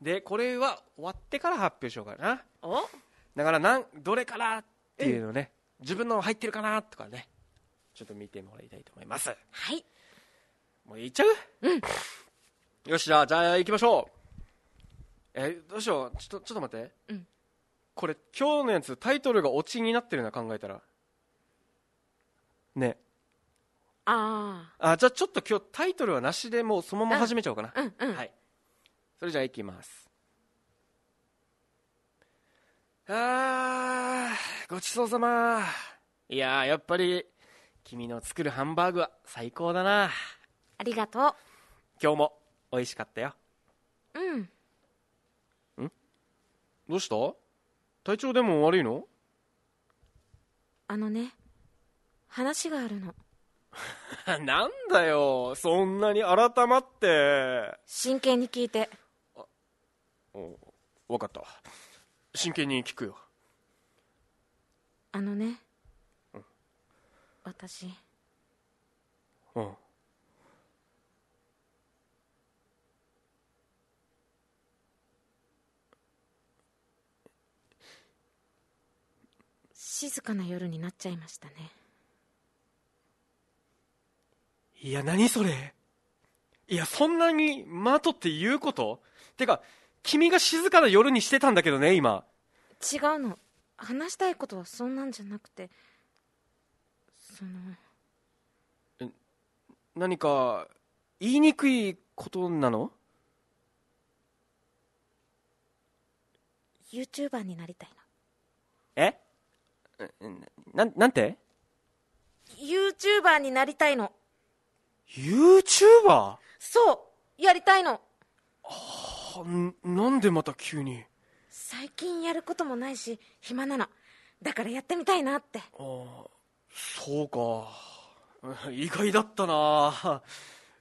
A: で、これは終わってから発表しようかな。
B: お
A: だからなんどれからっていうのね、自分の入ってるかなとかねちょっと見てもらいたいと思います
B: はい
A: もういっちゃう、よしじゃあじゃあ行きましょうえどうしようちょっとちょっと待って、
B: うん
A: これ今日のやつタイトルがオチになってるな考えたらね
B: あ
A: あじゃあちょっと今日タイトルはなしでもうそのまま始めちゃおうかな、
B: うんうん
A: はいそれじゃあいきますあーごちそうさまいやーやっぱり君の作るハンバーグは最高だな
B: ありがと
A: 今日も美味しかったよ
B: ううん
A: どうした体調でも悪いの <laughs>
B: あのね話があるの
A: なんだよそんなに改まって
B: 真剣に聞いて
A: お分かった真剣に聞くよ
B: あのね、私
A: うん
B: 静かな夜になっちゃいましたね
A: いや何それいやそんなにマトって言うことてか君が静かな夜にしてたんだけどね今
B: 違うの話したいことはそんなんじゃなくてその
A: 何か言いにくいことなの
B: YouTuber になりたい
A: えななんて
B: の YouTuber になりたいの
A: YouTuber?
B: そうやりたいの
A: んなんでまた急に
B: 最近やることもないし暇なのだからやってみたいなって
A: そうか意外だったな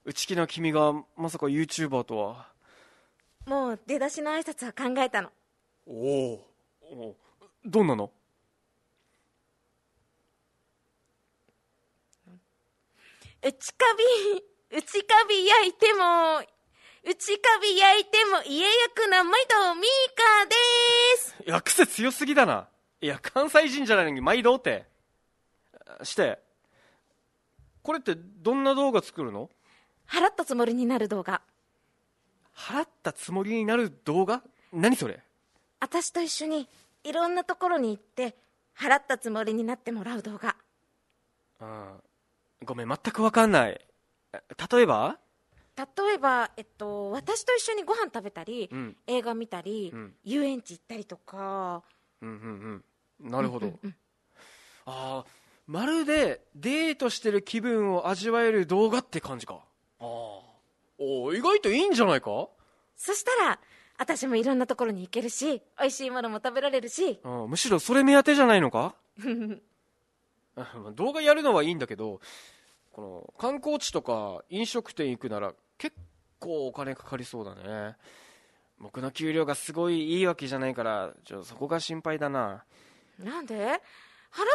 A: 内気な君がまさか YouTuber とは
B: もう出だしの挨拶は考えたの
A: おおどんなの
B: 内カビ内カビ焼いても内カビ焼いても家役な毎度ミーカーでーす
A: いや癖強すぎだないや関西人じゃないのに毎度ってしてこれってどんな動画作るの
B: 払ったつもりになる動画
A: 払ったつもりになる動画何それ
B: 私と一緒にいろんなところに行って払ったつもりになってもらう動画
A: うんごめん全く分かんないえ例えば
B: 例えば、えっと、私と一緒にご飯食べたり、
A: うん
B: 映画見たり、
A: うん
B: 遊園地行ったりとか
A: うんうんうんなるほど、ああまるでデートしてる気分を味わえる動画って感じかああおー意外といいんじゃないか、
B: そしたら私もいろんなところに行けるし美味しいものも食べられるし
A: うん、むしろそれ目当てじゃないの <laughs> かうん動画やるのはいいんだけどこの観光地とか飲食店行くなら結構お金かかりそうだね僕の給料がすごいいいわけじゃないからちょそこが心配だな
B: なんで払っ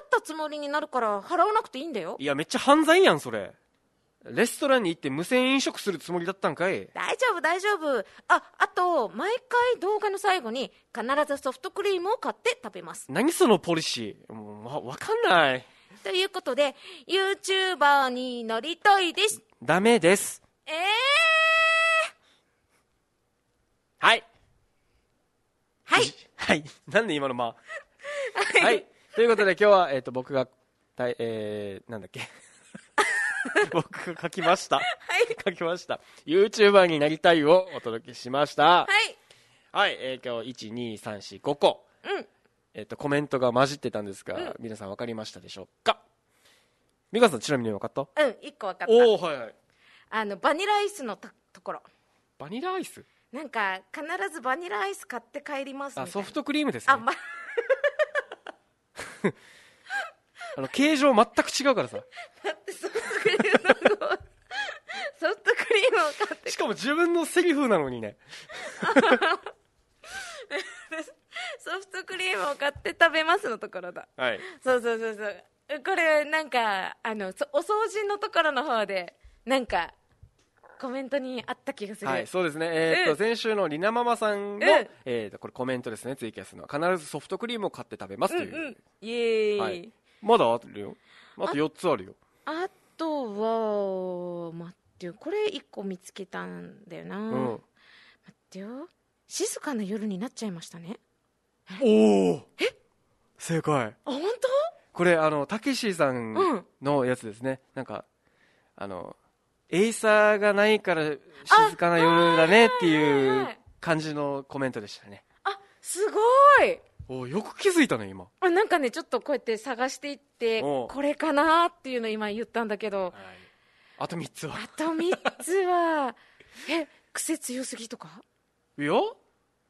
B: たつもりになるから払わなくていいんだよ
A: いやめっちゃ犯罪やんそれレストランに行って無銭飲食するつもりだったんかい
B: 大丈夫大丈夫ああと毎回動画の最後に必ずソフトクリームを買って食べます
A: 何そのポリシーもうわわかんない
B: ということで YouTuber になりたいです
A: ダメです
B: え
A: はい
B: ー、はい
A: はいなんで今のまあはいということで今日は、えー、と僕がたいえー、なんだっけ僕が書きました、はい、書きました YouTuber になりたいをお届けしました
B: はい
A: はい、えー、今日12345個、
B: うん
A: えっとコメントが混じってたんですが、皆さん分かりましたでしょうか美香さんちなみに分かった
B: うん一個分かっ
A: おおはいはい
B: たあのバニラアイスのとところ
A: バニラアイス
B: なんか必ずバニラアイス買って帰りますみたい
A: あ
B: な
A: ソフトクリームですね
B: あ、
A: あ,、
B: ま、
A: の形状全く違うからさ
B: ソフトクリームのソフトクリームを買って
A: しかも自分のセリフなのにね
B: ソフトクリームを買って食べますのところだ
A: はい
B: そうそうそうそうこれなんかあのそお掃除のところの方でなんかコメントにあった気がする、
A: はい、そうですね、えーっと
B: うん
A: 先週のりなママさんの、
B: うん
A: えーっとこれコメントですねツイキャスの必ずソフトクリームを買って食べますという、
B: うんうんイエーイ、
A: はい、まだあるよあと4つあるよ
B: あとは待ってよこれ1個見つけたんだよな、
A: うん
B: 待ってよ静かな夜になっちゃいましたね
A: おお正解
B: あ本
A: これあのたけしさ
B: うん
A: んのやつですね、なんかあのエイサーがないから静かな夜だねって
B: はいはい
A: い
B: は
A: う
B: い
A: 感じのコメントでしたね
B: 当あすごい
A: おーよく気づいたね今
B: あなんかねちょっとこうやって探していって
A: お
B: こ
A: う
B: れかなっていうの今言ったんだけど
A: あと3つは
B: あと3つはえ癖強すぎとか
A: いや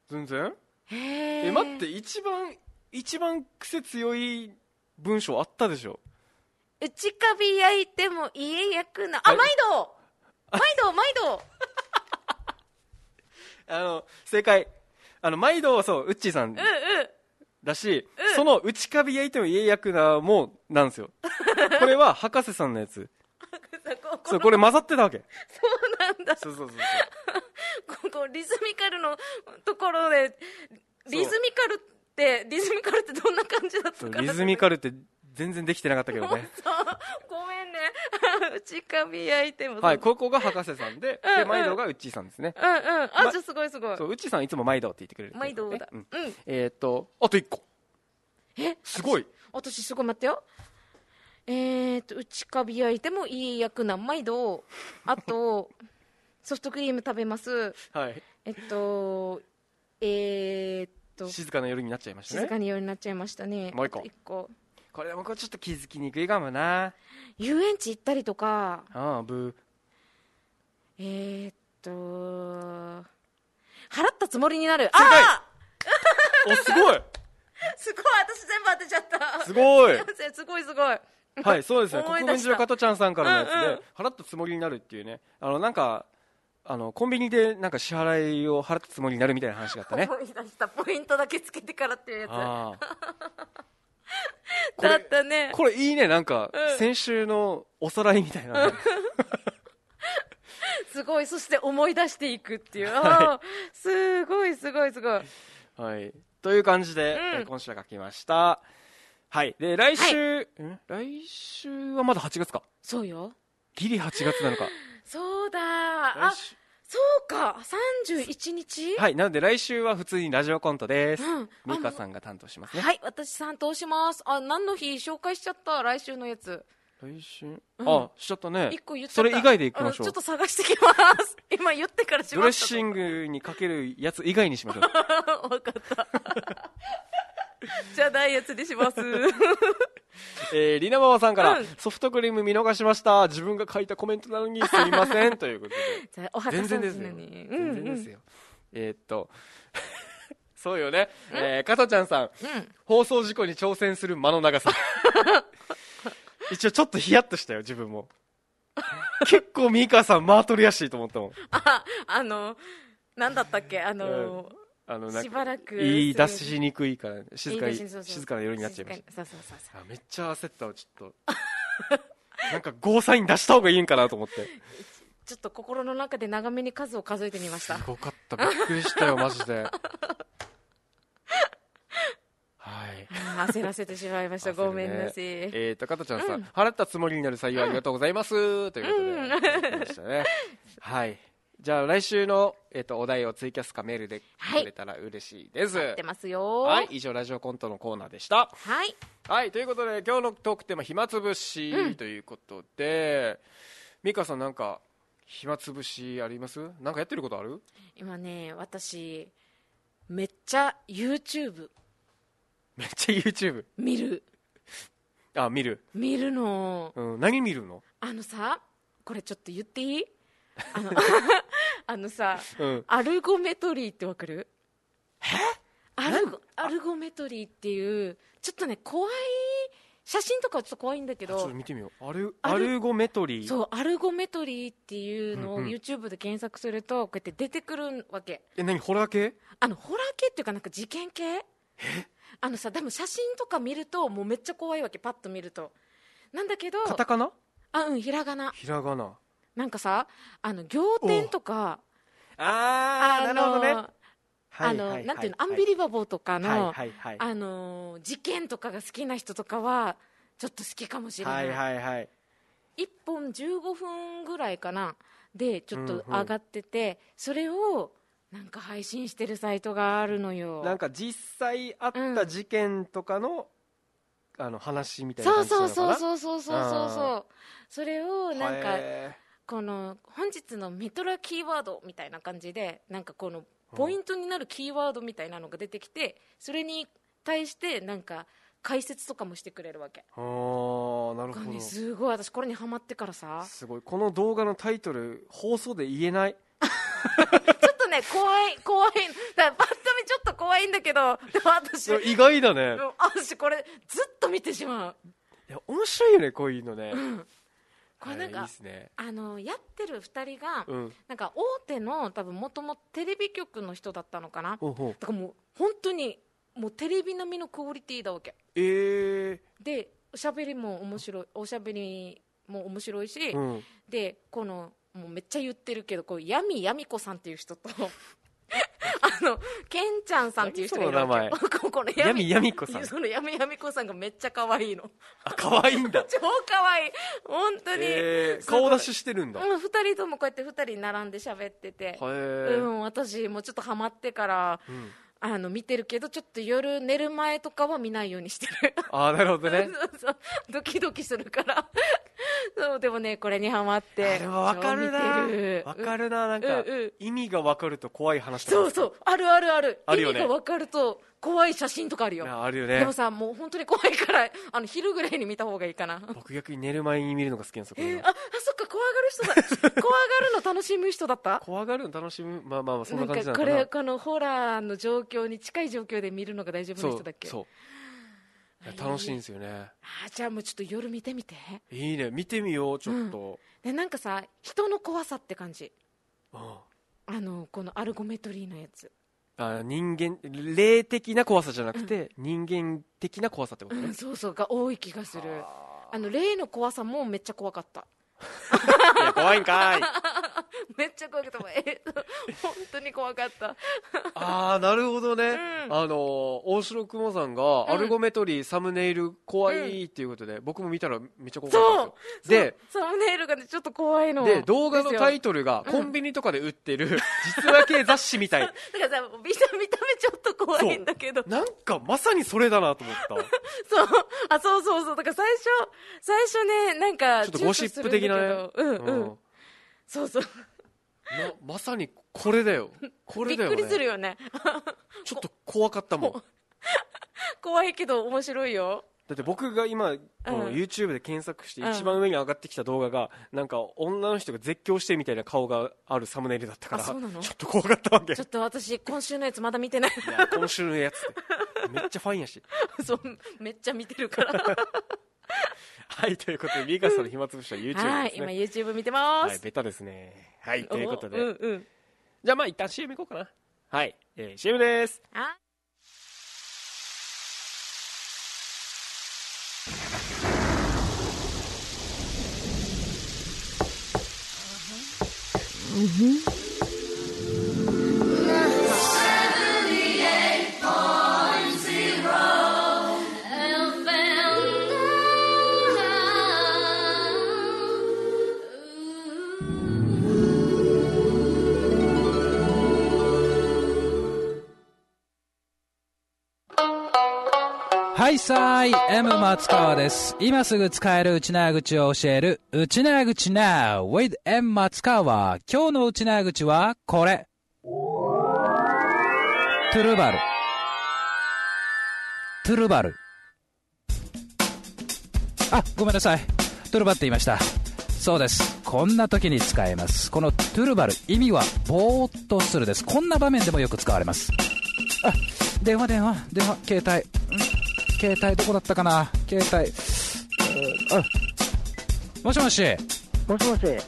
A: 全然
B: へえ
A: え待って一番一番癖強い文章あったでしょ
B: 内カビ焼いても家焼くなあ
A: え
B: 毎
A: <laughs>
B: 度毎度毎度
A: あの正解あの毎度そうウッチーさんだし、その内カビ焼いても家焼くなもなんです
B: <laughs>
A: よこれは博士さんのやつ
B: ここ
A: そうこれ混ざってたわけ
B: そうなんだ
A: そうそうそうそう
B: ここリズミカルのところでリズミカルってリズミカルってどんな感じだった
A: そう
B: かな
A: リズミカルって全然できてなかったけど
B: <laughs>
A: ね
B: ごめんね <laughs> 内カビ焼いても
A: はいここが博士さんで
B: うんう
A: で
B: ん
A: 毎度がウッチーさんですね
B: うんうんあ、
A: ま
B: じゃあすごいすごい
A: そうウッチーさんいつも毎度って言ってくれる
B: 毎度だ、
A: ねうん
B: うん
A: えーっとあと1個
B: え
A: すごい
B: 私すごい待ってよえー、と内カビ焼いてもいい役な毎度あとソフトクリーム食べます
A: はい
B: えっとえー、っと
A: 静かな夜になっちゃいました
B: 静か
A: ね
B: にようになっちゃいましたね
A: もう一個
B: あと一個
A: これもこれちょっと気づきにくいかもな
B: 遊園地行ったりとか
A: ああ
B: <laughs>
A: ブー
B: えー、っと払ったつもりになる
A: 正解
B: あ
A: おすごい
B: あすごい私全部当てちゃった
A: すごい
B: すいません <laughs> すごいすごい
A: はい、そうですね。
B: 思い
A: 国
B: 出
A: 分
B: した
A: 寺の加トちゃんさんからのやつで、
B: うんうん
A: 払ったつもりになるっていうね。あの、なんか、あの、コンビニでなんか支払いを払ったつもりになるみたいな話があ
B: <laughs>
A: ったね。
B: 思い出したポイントだけつけてからっていうやつ
A: ああ。こ
B: だ
A: れ
B: ったね
A: これいいね、なんか、
B: うん
A: 先週のおさらいみたい
B: <laughs>
A: なね、
B: すごいそして思い出していくっ
A: <laughs>
B: ていう、
A: はい
B: あーすごいすごいすごい
A: はい。という感じで、
B: うん
A: えー今週は書きました。はい。で、来週、ん来週はまだ8月か。
B: そうよ
A: ギリ8月なのか。
B: そうだあ
A: 来週
B: そうか31日
A: <laughs> はい。なので来週は普通にラジオコントです
B: うんあ。
A: ミカさんが担当しますね。
B: はい私担当しますあ何の日紹介しちゃった来週のやつ
A: 来週、あ、しちゃったね。
B: 一個言っちゃった
A: それ以外でいきましょう
B: あちょっ。と探してきます <laughs> 今言ってからし
A: ド
B: ま
A: レッ
B: した
A: シングにかけるやつ以外にしましょう。
B: <laughs> 分かったじゃあないやつに
A: <laughs>
B: します
A: えー、りなママさんから、
B: うん
A: ソフトクリーム見逃しました。自分が書いたコメントなのにすいま
B: <laughs>
A: せん。ということで。
B: じゃあおは
A: 全然ですよ。全然ですよ。えーっと、 <laughs> そうよね。えー、加トちゃんさん、放送事故に挑戦する間の長
B: <laughs>
A: さ。一応ちょっとヒヤッとしたよ、自分も。結構ミカさん、マートルやしいと思ったもん。
B: ああの何だったっけあの、
A: あの、なん
B: し
A: か、
B: ばらく
A: 言い出しにくいから、静か
B: い
A: に、
B: いですねそうそう
A: 静かな夜になっちゃいました。
B: 静かにそうそうそう
A: あめっちゃ焦ったわちょっと <laughs> なんかゴーサイン出した方がいいんかなと思って
B: そうちょっと心の中で長めに数を数えてみまし
A: す
B: た
A: <laughs> ごかったびっくりしたよマジではい
B: あー焦らせてしまいました
A: 焦るね
B: ごめんなさい
A: えーと加トちゃんさん、払ったつもりになる採用ありがとうございます、ということで、いただきました
B: <laughs>
A: ねはいじゃあ来週の、えー、とお題をツイキャスかメールでくれたら嬉しいです、
B: 待ってますよ
A: はい、以上ラジオコントのコーナーでした
B: はい
A: はいということで今日のトークテーマ暇つぶし、ということで美香さんなんか暇つぶしありますなんかやってることある
B: 今ね私めっちゃ YouTube
A: めっちゃ YouTube
B: 見る
A: あ見る、
B: 見るの
A: うん、何見るの
B: あのさこれちょっと言っていい
A: <laughs>
B: あのあのさ
A: うん
B: アルゴメトリーってわかるアルゴアルゴメトリーっていうちょっとね怖い写真とかはちょっと怖いんだけ
A: ちょっと
B: ど
A: 見てみようアル
B: ア
A: ア
B: ル
A: ルゴメトリー
B: そうアルゴメトリーっていうのを
A: うんうん
B: YouTube で検索するとこうやって出てくるわけ
A: え何ホラー系
B: あのホラー系っていうかなんか事件系あのさでも写真とか見るともうめっちゃ怖いわけパッと見るとなんだけど
A: カタカナ
B: あうんひらがな
A: ひらがな
B: なんかさあの仰天とか
A: あ
B: あのあのなんていうのアンビリバボーとかの、
A: はいはいはい
B: あのー事件とかが好きな人とかはちょっと好きかもしれな、
A: はいい
B: 一
A: はいはい
B: 1本15分ぐらいかなでちょっと
A: うんうん
B: 上がってて、それをなんか配信してるサイトがあるのよ
A: なんか実際あっ
B: う
A: た
B: ん
A: 事件とかの、あの話みたいな
B: そ
A: 感
B: う
A: じな
B: そ
A: の
B: う
A: かな
B: そうそうそうそうそう
A: あ
B: そうそれをなんか
A: へ
B: この本日のメトラキーワードみたいな感じでなんかこのポイントになるキーワードみたいなのが出てきてそれに対してなんか解説とかもしてくれるわけ
A: ーああなる
B: が
A: ほ
B: ね
A: ど
B: すごい私これにハマってからさ
A: すごいこの動画のタイトル放送で言えない
B: ちょっとね怖い怖いだからパッと見ちょっと怖いんだけどでも私
A: 意外だね
B: 私これずっと見てしまう
A: いや面白いよねこういうのね、
B: これなん
A: あいい
B: か
A: っすね
B: あのやってる2人が、
A: うん
B: なんか大手の多分もともとテレビ局の人だったのかな
A: ほうほう
B: だからもう本当にもうテレビ並みのクオリティだわけ
A: えー、
B: でおしゃべりも面白いおしゃべりも面白いし、
A: うん
B: でこのもうめっちゃ言ってるけどこう闇闇子さんっていう人と <laughs> あのケンちゃんさんっていう人がいるわけよ
A: 何そ
B: <laughs> ここの
A: 闇闇子さん
B: その闇闇子さんがめっちゃ可愛いの
A: あ可愛いんだ
B: 超可愛い本当に、
A: えー、
B: すごい
A: 顔出ししてるんだ、
B: うん、2人ともこうやって2人並んで喋ってて、
A: へ
B: う
A: ー
B: ん、私もうちょっとハマってから、
A: ん
B: あの見てるけどちょっと夜寝る前とかは見ないようにしてる
A: ああなるほどね
B: <laughs> そうそうドキドキするから <laughs> そうでもねこれにハマっ
A: あ
B: て
A: れはわかるな
B: 超見てる
A: わかるななんか、
B: うんうん
A: 意味がわかると怖い話とか
B: そうそうあるあるある
A: あるよ
B: 意
A: ね
B: 味が分かると怖い写真とかあるよ
A: ああるよ
B: で
A: ね
B: もさもう本当に怖いから <laughs> あの昼ぐらいに見た方がいいかな
A: 僕逆に寝る前に見るのが好きなんですよこういうの
B: ああそっか怖がる人
A: <laughs>
B: だ怖がるの楽しむ人だった
A: 怖がるの楽しむまあまあまあ <laughs> そん
B: な
A: なん感じなの
B: かこ
A: かな
B: れこのホラーの状況に近い状況で見るのが大丈夫
A: そ
B: な
A: う
B: 人だっけ
A: そういや楽しいんですよね
B: あーじゃあもうちょっと夜見てみて
A: いいね見てみようちょっと、
B: でなんかさ人の怖さって感じ
A: うん
B: あのこのアルゴメトリーのやつ、
A: あ人間霊的な怖さじゃなくて、人間的な怖さってこと
B: <laughs> う
A: ね
B: ん、そうそうが多い気がするあの霊の怖さもめっちゃ怖かった
A: いや怖いんかい
B: <laughs> めっちゃ怖かったもうえ本当に怖かった
A: ああなるほどね、あのー大城くもさんがアルゴメトリーサムネイル怖いっていうことで、僕も見たらめっちゃ怖かったんですよで
B: そうサムネイルがねちょっと怖いの
A: で動画のタイ
B: ト
A: トルがコンビニとかで売ってる実話系雑誌み
B: <laughs>
A: たい
B: だからさ見た見た目ちょっと怖いんだけど
A: なんかまさにそれだなと思った
B: そうあそうそうそうだから最初最初ねなんか
A: ちょっとゴシップ的なね
B: 躊躇するんだけどうんうん、
A: うん
B: そうそう
A: なまさにこれだよこれだよ、ね、
B: びっくりするよね
A: ちょっと怖かったもんだ
B: 怖いけど面白いよ
A: って僕が今、この YouTube で検索して一番上に上がってきた動画が、なんか女の人が絶叫してみたいな顔があるサムネイルだったから
B: あそうなの
A: ちょっと怖かったわけい
B: ちょっと私今週のやつまだ見てない <laughs>
A: や今週のやつってめっちゃファンやし
B: そうめっちゃ見てるから
A: はいということでミカさんの暇つぶしは YouTube ですね
B: はい今 YouTube 見てます、
A: はい、ベタですねはいということで、
B: おうんうん
A: じゃあまあ一旦 CM 行こうかなはい、えー、CM です
B: あ
E: はいさーい M 松川です今すぐ使える内縄口を教える内縄口 Now with M 松川今日の内縄口はこれトゥルバルトゥルバルあごめんなさいトゥルバって言いましたそうですこんな時に使えますこのトゥルバル意味はぼーっとするですこんな場面でもよく使われますあ電話電話電話携帯ん携帯どこだったかな携帯えーあもしもし
F: もしもし。え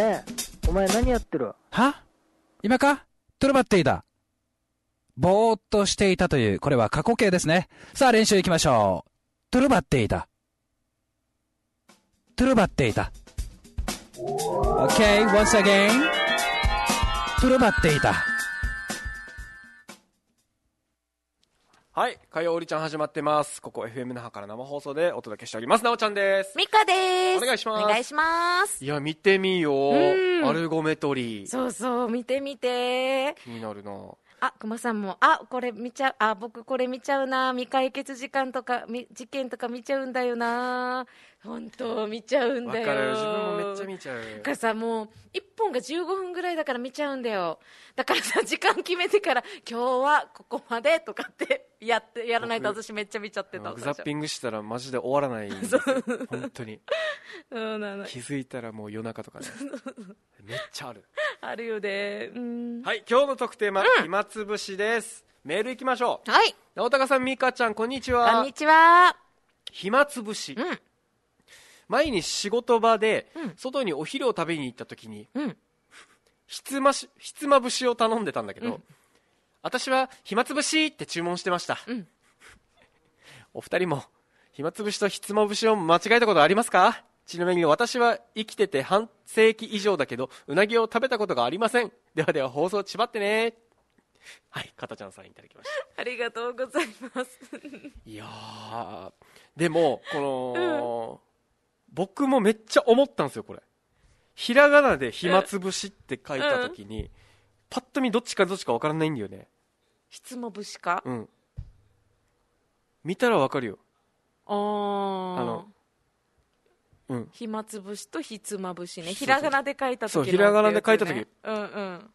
F: え、お前何やってる
E: は今かトゥルバッティだぼーっとしていたというこれは過去形ですねさあ練習いきましょうトゥルバッティだトゥルバッティだ OK once again トゥルバッティだ
A: はい火曜おりちゃん始まってますここ FM 那覇から生放送でお届けしておりますなおちゃんです
B: ミカです
A: お願いします
B: お願いします
A: いや見てみよう
B: うん
A: アルゴメトリー
B: そうそう見てみて
A: 気になるな
B: あ熊さんもあこれ見ちゃうあ僕これ見ちゃうな未解決時間とかみ事件とか見ちゃうんだよな本当見ちゃうん
A: わ
B: だ
A: か
B: よ
A: る自分もめっちゃ見ちゃう
B: なんかさもう1本が15分ぐらいだから見ちゃうんだよだからさ時間決めてから今日はここまでとかって <laughs> やってやらないと
A: 僕
B: 私めっちゃ見ちゃってた
A: 僕ザッピ
B: ン
A: ングしたらマジで終わらないんですよ本当に
B: うんなの
A: 気づいたらもう夜中とかね <laughs> めっちゃある
B: あるよねうん
A: はい今日の特テーマ暇つぶしですメールいきましょう
B: はい
A: 直高さん美香ちゃんこんにち
B: こん
A: は
B: にちは
A: 暇つぶし
B: うん
A: 前に仕事場で
B: うん
A: 外にお昼を食べに行った時に
B: うん
A: ひつましひつまぶしを頼んでたんだけど、
B: うん
A: 私は暇つぶしって注文してました、
B: うん
A: <laughs> お二人も暇つぶしとひつまぶしを間違えたことありますかちなみに私は生きてて半世紀以上だけどうなぎを食べたことがありませんではでは放送ちばってねはいかたちゃんさんいただきました
B: ありがとうございます。 <laughs>
A: いやーでもこの、僕もめっちゃ思ったんですよこれひらがなで「暇つぶし」って書いた時に、パッと見どっちかどっちか分からないんだよね
B: ひつまぶしか
A: うん見たら分かるよ
B: あー
A: あのうん
B: 暇つぶしとひつまぶしね。ひらがなで書いた時
A: そう
B: の
A: ひらがなで書いた
B: ってやつねうんうん。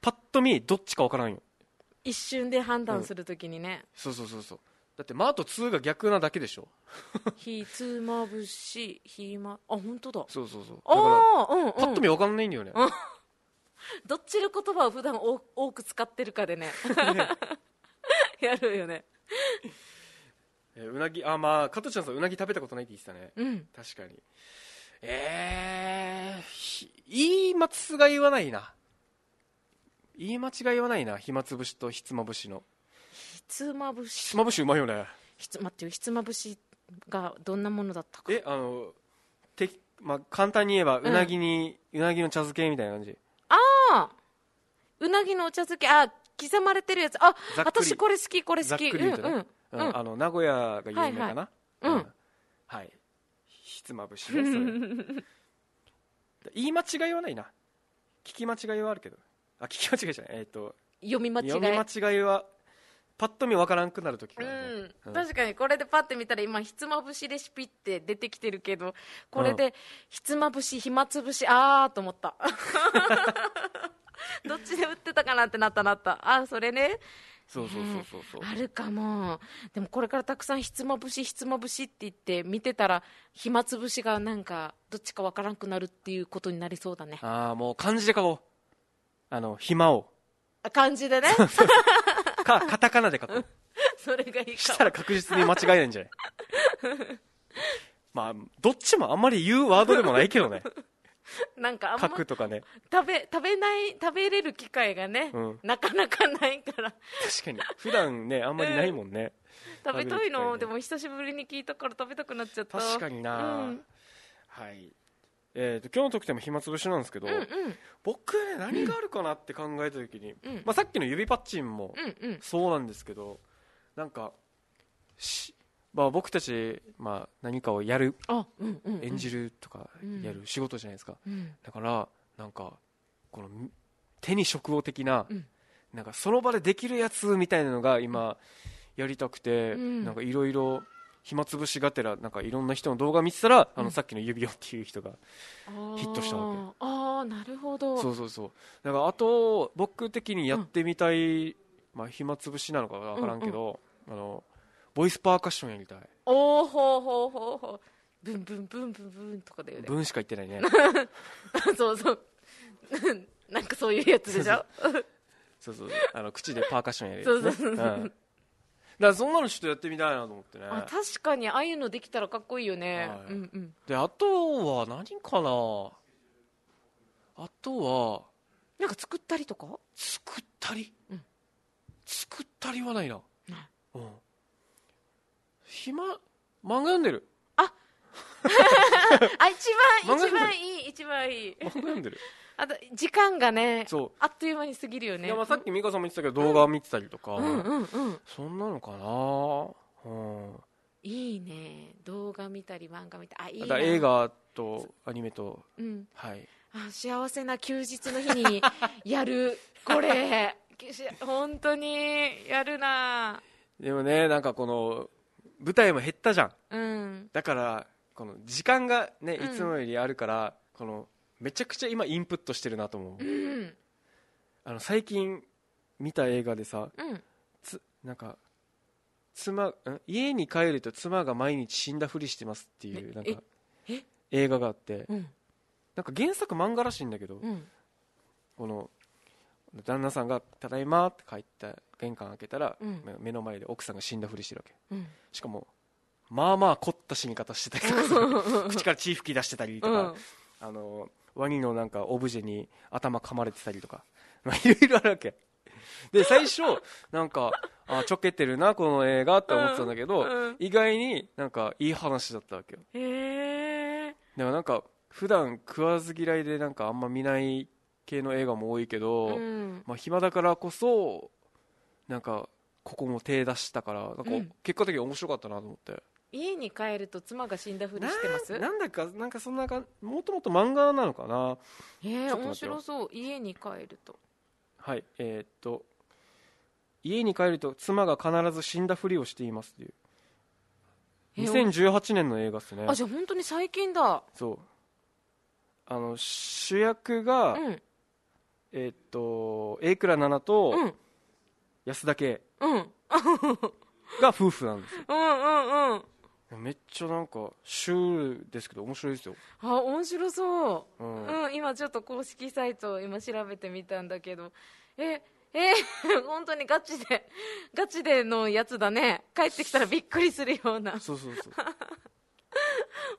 A: パッと見どっちか分からんよ
B: 一瞬で判断するときにね。
A: そうそうそうそうだって「ま」と「つ」が逆なだけでしょ
B: ひつまぶし、ひま、あ、本当だ。
A: そうそうそうだから
B: ああ、うん、うん。
A: パッと見分かんないんだよね、
B: どっちの言葉を普段お多く使ってるかでね。 <laughs> やるよね。
A: えうなぎあまあ加トちゃんさんうなぎ食べたことないって言ってたね
B: うん。
A: 確かにえーひ、言い間が言わないな言い間違い言わないな暇つぶしとひつまぶしの
B: ひつまぶ
A: ひ
B: し
A: つ。まぶしうまいよね
B: ひつ、待ってよ、ひつまぶしがどんなものだったか。
A: えあのて、まあ、簡単に言えばうなぎに、うなぎの茶漬けみたいな感じ
B: ああうなぎのお茶漬け、あ、刻まれてるやつ。あ
A: ざ、っくり
B: 私これ好き、これ
A: ざ
B: 好
A: っく
B: き。
A: り
B: う
A: 言うとね、
B: ん、う
A: う
B: ん。
A: んあの名古屋が有名かな、
B: はいはいうん
A: はいひつまぶしねそれ <laughs> 言い間違いはないな聞き間違いはあるけどあ聞き間違いじゃないえっ、と
B: 読み間違い。
A: 読み間違いはパッと見わからんくなるときか
B: う
A: らね
B: ん
A: うん
B: 確かにこれでパッて見たら今ひつまぶしレシピって出てきてるけどこれでひつまぶし暇つぶしあーと思った <laughs> どっちで売ってたかなってなったなったあーそれね
A: そうそうそうそうそう、
B: あるかもでもこれからたくさんひつまぶしひつまぶしって言って見てたら暇つぶしがなんかどっちかわからんくなるっていうことになりそうだね
A: ああもう漢字で書こうあの暇を
B: あ漢字でね
A: かカタカナで書こう
B: <laughs> それがいい
A: し
B: か
A: たら確実に間違えないんじゃ
B: <laughs>
A: ないまあどっちもあんまり言うワードでもないけどね
B: なん <laughs> かあん
A: 書
B: ま
A: くとかね
B: 食べ食べない食べれる機会がね、
A: うん
B: なかなかないから
A: 確かに普段ねあんまりないもんね、
B: 食べた
A: 食べる
B: いの、
A: 機会ね
B: でも久しぶりに聞いたから食べたくなっちゃった
A: 確かにな、
B: うん
A: はいえー、と今日の特典も暇つぶしなんですけど、
B: うんうん
A: 僕ね何があるかなって考えた時に、
B: うん
A: まあ、さっきの指パッチンも、
B: うんうん
A: そうなんですけどなんかし、まあ、僕たち、まあ、何かをやる
B: あうんうんうん
A: 演じるとか
B: うん
A: やる仕事じゃないですか、
B: うん
A: だからなんかこの手に職を的な,、
B: うん
A: なんかその場でできるやつみたいなのが今やりたくて、
B: うん
A: なんかいろいろ暇つぶしがてらなんかいろんな人の動画見てたら、あのさっきの指輪っていう人が
B: あー
A: ヒットしたわ
B: ああなるほど
A: そうそうそうだからあと僕的にやってみたい、まあ暇つぶしなのかわからんけど、あのボイスパーカッションやりたい
B: おおほうほうほうほうブンブンブンブンブンとかだよね
A: 分しか言ってないね
B: <laughs> そうそう <laughs> うんなんかそういうやつでしょ
A: そうそうあの口でパーカッションやる
B: そうそ
A: や
B: う
A: つね
B: そう
A: うんだからそんなのちょっとやってみたいなと思ってね
B: あ確かにああいうのできたらかっこいいよね、
A: はい
B: うんうん
A: であとは何かなあとは
B: なんか作ったりとか
A: 作ったり、
B: うん
A: 作ったりはないな、
B: ない
A: うん暇漫画読んでる
B: あ一番
A: 漫画
B: 一番いい一番いい
A: 漫画読ん
B: <laughs>
A: でる
B: あと時間がね
A: そう
B: あっという間に過ぎるよ
A: い
B: ね
A: やまあさっき美香さんも言ってたけど動画を見てたりとか、
B: うんうんうん
A: そんなのかな、うん、
B: いいね動画見たり漫画見たりあいい
A: だ
B: な
A: から映、画とアニメと
B: うん、
A: はい
B: あ幸せな休日の日
A: <laughs>
B: にやるこれし本当にやるな
A: でもねなんかこの舞台も減ったじゃん
B: うん
A: だからこの時間がねい
B: うん
A: つもよりあるから、このめちゃくちゃ今インプットしてるなと思う、
B: うん
A: あの最近見た映画でさ
B: うん
A: つなんか妻ん家に帰ると妻が毎日死んだふりしてますっていうなんか
B: ええ
A: 映画があって
B: うん
A: なんか原作漫画らしいんだけど、
B: うん
A: この旦那さんが「ただいま」って帰った玄関開けたら、
B: うん
A: 目の前で奥さんが死んだふりしてるわけ
B: うん
A: しかもまあまあ凝った死に方してたりとか
B: <laughs>
A: さ口から血吹き出してたりとか、
B: うん
A: あのワニのなんかオブジェに頭噛まれてたりとか、 <laughs> まあ、いろいろあるわけで最初なんかあちょけてるなこの映画って思ってたんだけど、
B: うんうん
A: 意外になんかいい話だったわけよ
B: へえ
A: でもなんか普段食わず嫌いでなんかあんま見ない系の映画も多いけど、
B: うん
A: まあ、暇だからこそなんかここも手出したからなんか
B: うん
A: 結果的に面白かったなと思って、
B: 家に帰ると妻が死んだふり
A: な
B: してます
A: なんだかなんかそんなかもともと漫画なのかな
B: え
A: ち
B: ー、
A: ょっと待ってよ
B: 面白そう家に帰ると
A: はいえーっと家に帰ると妻が必ず死んだふりをしていますっていう
B: えー
A: 2018年の映画ですね
B: あじゃあ本当に最近だ
A: そうあの主役が、
B: うん <laughs>
A: えーっと榮倉奈々と
B: うん
A: 安田圭
B: うんうん
A: が夫婦なんですよ
B: うんうん
A: めっちゃなんかシュールですけど面白いですよ
B: あ面白そう、
A: う
B: うんん今ちょっと公式サイトを今調べてみたんだけどええ <laughs> 本当にガチでガチでのやつだね帰ってきたらびっくりするよう
A: <laughs>
B: な
A: そうそうそう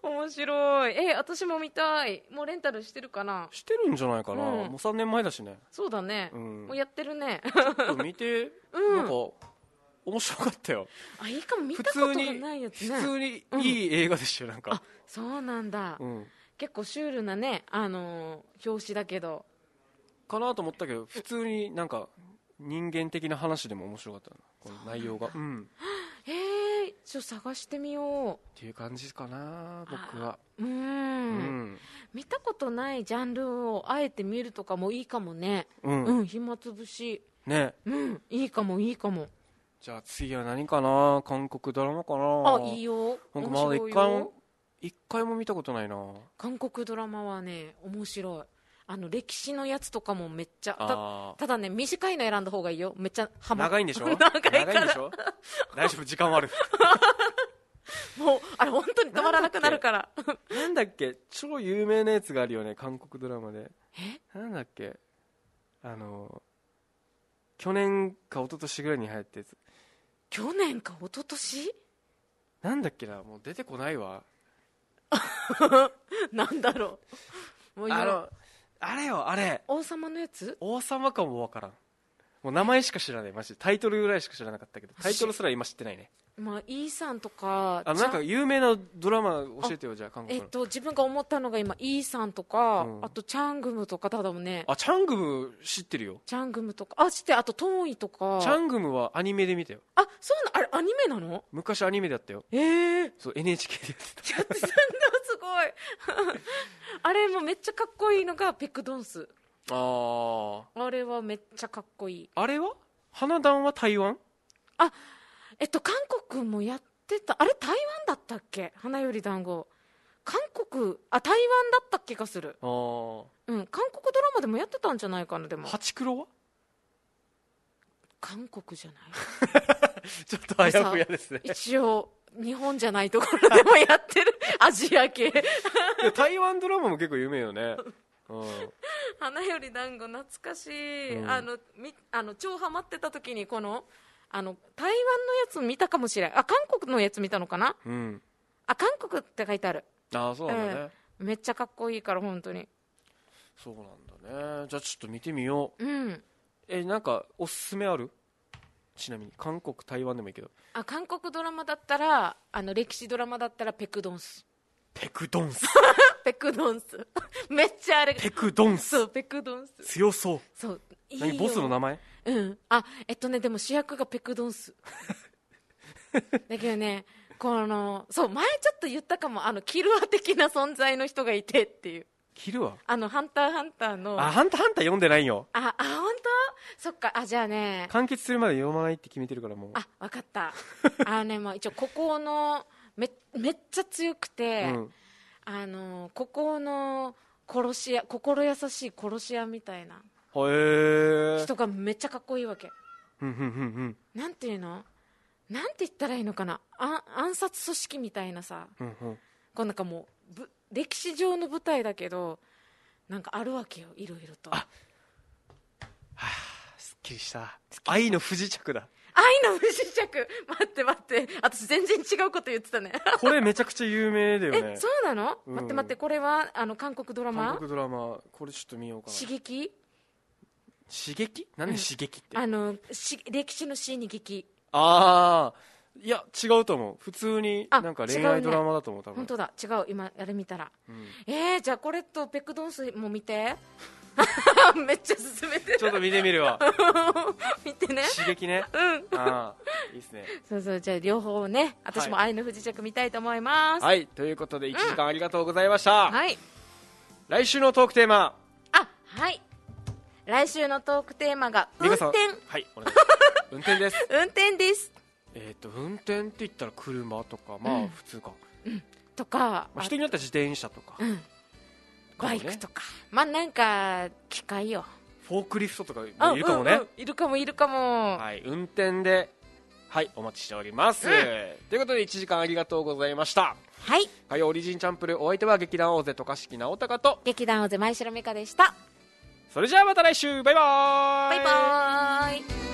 B: 面白いえ私も見たいもうレンタルしてるかな
A: してるんじゃないかな、
B: うん
A: もう3年前だしね
B: そうだね、
A: うん
B: もうやって
A: <laughs>
B: るね
A: ちょっと見て、
B: うん
A: なんか面白かったよ
B: あいいかも見
A: 普
B: たこと
A: 通
B: が
A: に、
B: ないやつね
A: 普通にいい映画でしたよなんか
B: あ、そうなんだ、
A: うん、
B: 結構シュールなねあのー表紙だけど
A: かなと思ったけど普通になんか人間的な話でも面白かったなこの内容がうん
B: えー、ちょっと探してみよ
A: っていう感じかな僕は
B: うう
A: うんん
B: 見たことないジャンルをあえて見るとかもいいかもね
A: うん、
B: うん、暇つぶし
A: ね
B: うんいいかもいいかも
A: じゃあ次は何かな韓国ドラマかな
B: あいいよ
A: なんかま
B: 面
A: だ
B: 白
A: 一
B: い
A: 回も
B: よ
A: 一回も見たことないな
B: 韓国ドラマはね面白いあの歴史のやつとかもめっちゃた
A: あー
B: ただね短いの選んだ方がいいよめっちゃハマ
A: <laughs> 長いんでしょ
B: <laughs> 長いから
A: んで <laughs> しょ大丈夫時間はある
B: もうあれ本当に止まらなくなるから
A: <laughs> なんだっけ超有名なやつがあるよね韓国ドラマでなんだっけあの去年か一昨年ぐらいに流行ったやつ
B: 去年か一昨年 <laughs>
A: なんだっけなもう出てこないわ
B: なんだろうもう今
A: あのあれよあれ
B: 王様のやつ
A: 王様かもわからんもう名前しか知らないマジでタイトルぐらいしか知らなかったけどタイトルすら今知ってないね
B: まあイーサンとか
A: あのなんか
B: ちゃ
A: 有名なドラマ教えてよじゃあ韓国
B: えっ
A: の
B: と自分が思ったのが今イーサンとか、
A: うん
B: あとチャングムとかただもね
A: あチャングム知ってるよ
B: チャングムとかあしてあとトーンイとか
A: チャングムはアニメで見たよ
B: あそうなあれアニメなの
A: 昔アニメだったよ
B: ええ
A: そう NHK でやってた
B: やってたんだすごい <laughs> あれもめっちゃかっこいいのがペクドンス
A: あ
B: あれはめっちゃかっこいい
A: ああれは花壇は台湾
B: えっと韓国もやってたあれ台湾だったっけ花より団子韓国あ台湾だった気がする
A: ああ
B: うん韓国ドラマでもやってたんじゃないかなでも
A: ハチクロは
B: 韓国じゃない
A: ちょっとあやふやですね
B: 一応日本じゃないところでもやっ
A: <laughs>
B: てるアジア系
A: いや台湾ドラマも結構有名よね、うん、
B: 花より団子懐かしい、
A: うん
B: あのみあの超ハマってた時にこのあの台湾のやつ見たかもしれんあ韓国のやつ見たのかな
A: うん、
B: あ韓国って書いてある
A: ああそうなんだね、
B: えめっちゃかっこいいから本当に
A: そうなんだねじゃあちょっと見てみよう
B: うん
A: えなんかおすすめあるちなみに韓国台湾でもいいけど
B: あ韓国ドラマだったらあの歴史ドラマだったらペクドンス
A: ペクドンス
B: ペクドンス <laughs> めっちゃあれ
A: ペクドンス
B: そうペクドンス
A: 強そう
B: そういいよ
A: 何ボスの名前
B: うん。あ、えっとね、でも主役がペクド
A: <laughs>
B: ンス。だけどね、この、そう、前ちょっと言ったかも、あの、キルア的な存在の人がいてっていう。
A: キルは
B: あの、ハンターハンターの。
A: あ
B: あ、
A: ハンターハンター読んでないよ
B: あ、本当？そっか、あ、じゃあね、
A: 完結するまで読まないって決めてるからもう
B: あ、わかった。あ
A: <laughs>
B: のね、まあ一応、ここの、め、めっちゃ強くて、
A: うん、
B: あの、ここの、殺し屋、心優しい殺し屋みたいな
A: へえ
B: 人がめっちゃかっこいいわけ。
A: うんうんうん
B: なんていうのなんて言ったらいいのかなあ暗殺組織みたいなさ
A: うんうんうん
B: こうなんかもうぶ歴史上の舞台だけどなんかあるわけよいろいろとあ
A: すっきりした愛の不時着だ
B: 愛の不時着待って待って私全然違うこと言ってたね
A: これめちゃくちゃ有名だよね
B: えそうなの、
A: うん
B: 待って待ってこれはあの韓国ドラ
A: 韓
B: マ
A: 国ドラマこれちょっと見ようかな
B: 刺激
A: 刺激何で刺激って、
B: あのし歴史の死に劇
A: ああいや違うと思う普通に
B: あ
A: なんか恋
B: 違うね
A: 愛ドラマだと思う多分
B: 本当だ違う今あれ見たら、
A: うん
B: えー、じゃあこれとペクドンスも見
A: <laughs>
B: てめっちゃ進めてる
A: ちょっと見てみるわ
B: <laughs> 見てね
A: 刺激ね
B: うん
A: ああいいっす
B: <laughs>
A: ね
B: そうそうじゃあ両方ね私も
A: は
B: 愛の不時着見たいと思いますはい、
A: はいということで1時間ありがとうございました、
B: はい、
A: 来週のトークテーマ
B: あはい来週のトークテーマが運
A: 美香さん
B: 転
A: はいお願いし
B: <laughs>
A: ます運転です
B: 運転です
A: えっと運転って言ったら車とかまあ普通か、
B: とか
A: まあ、人によっては自転車とか、
B: バイクとかまあなんか機械よ
A: フォークリフトとかもいるかもね、
B: うんうんいるかもいるかも
A: はい、運転ではいお待ちしております、
B: うん
A: ということで1時間ありがとうございました
B: はい
A: 火曜オリジンチャンプルーお相手は劇団大勢渡嘉敷直隆と
B: 劇団大勢前城美香でした
A: それじゃあまた来週バイバー
B: バイバーイ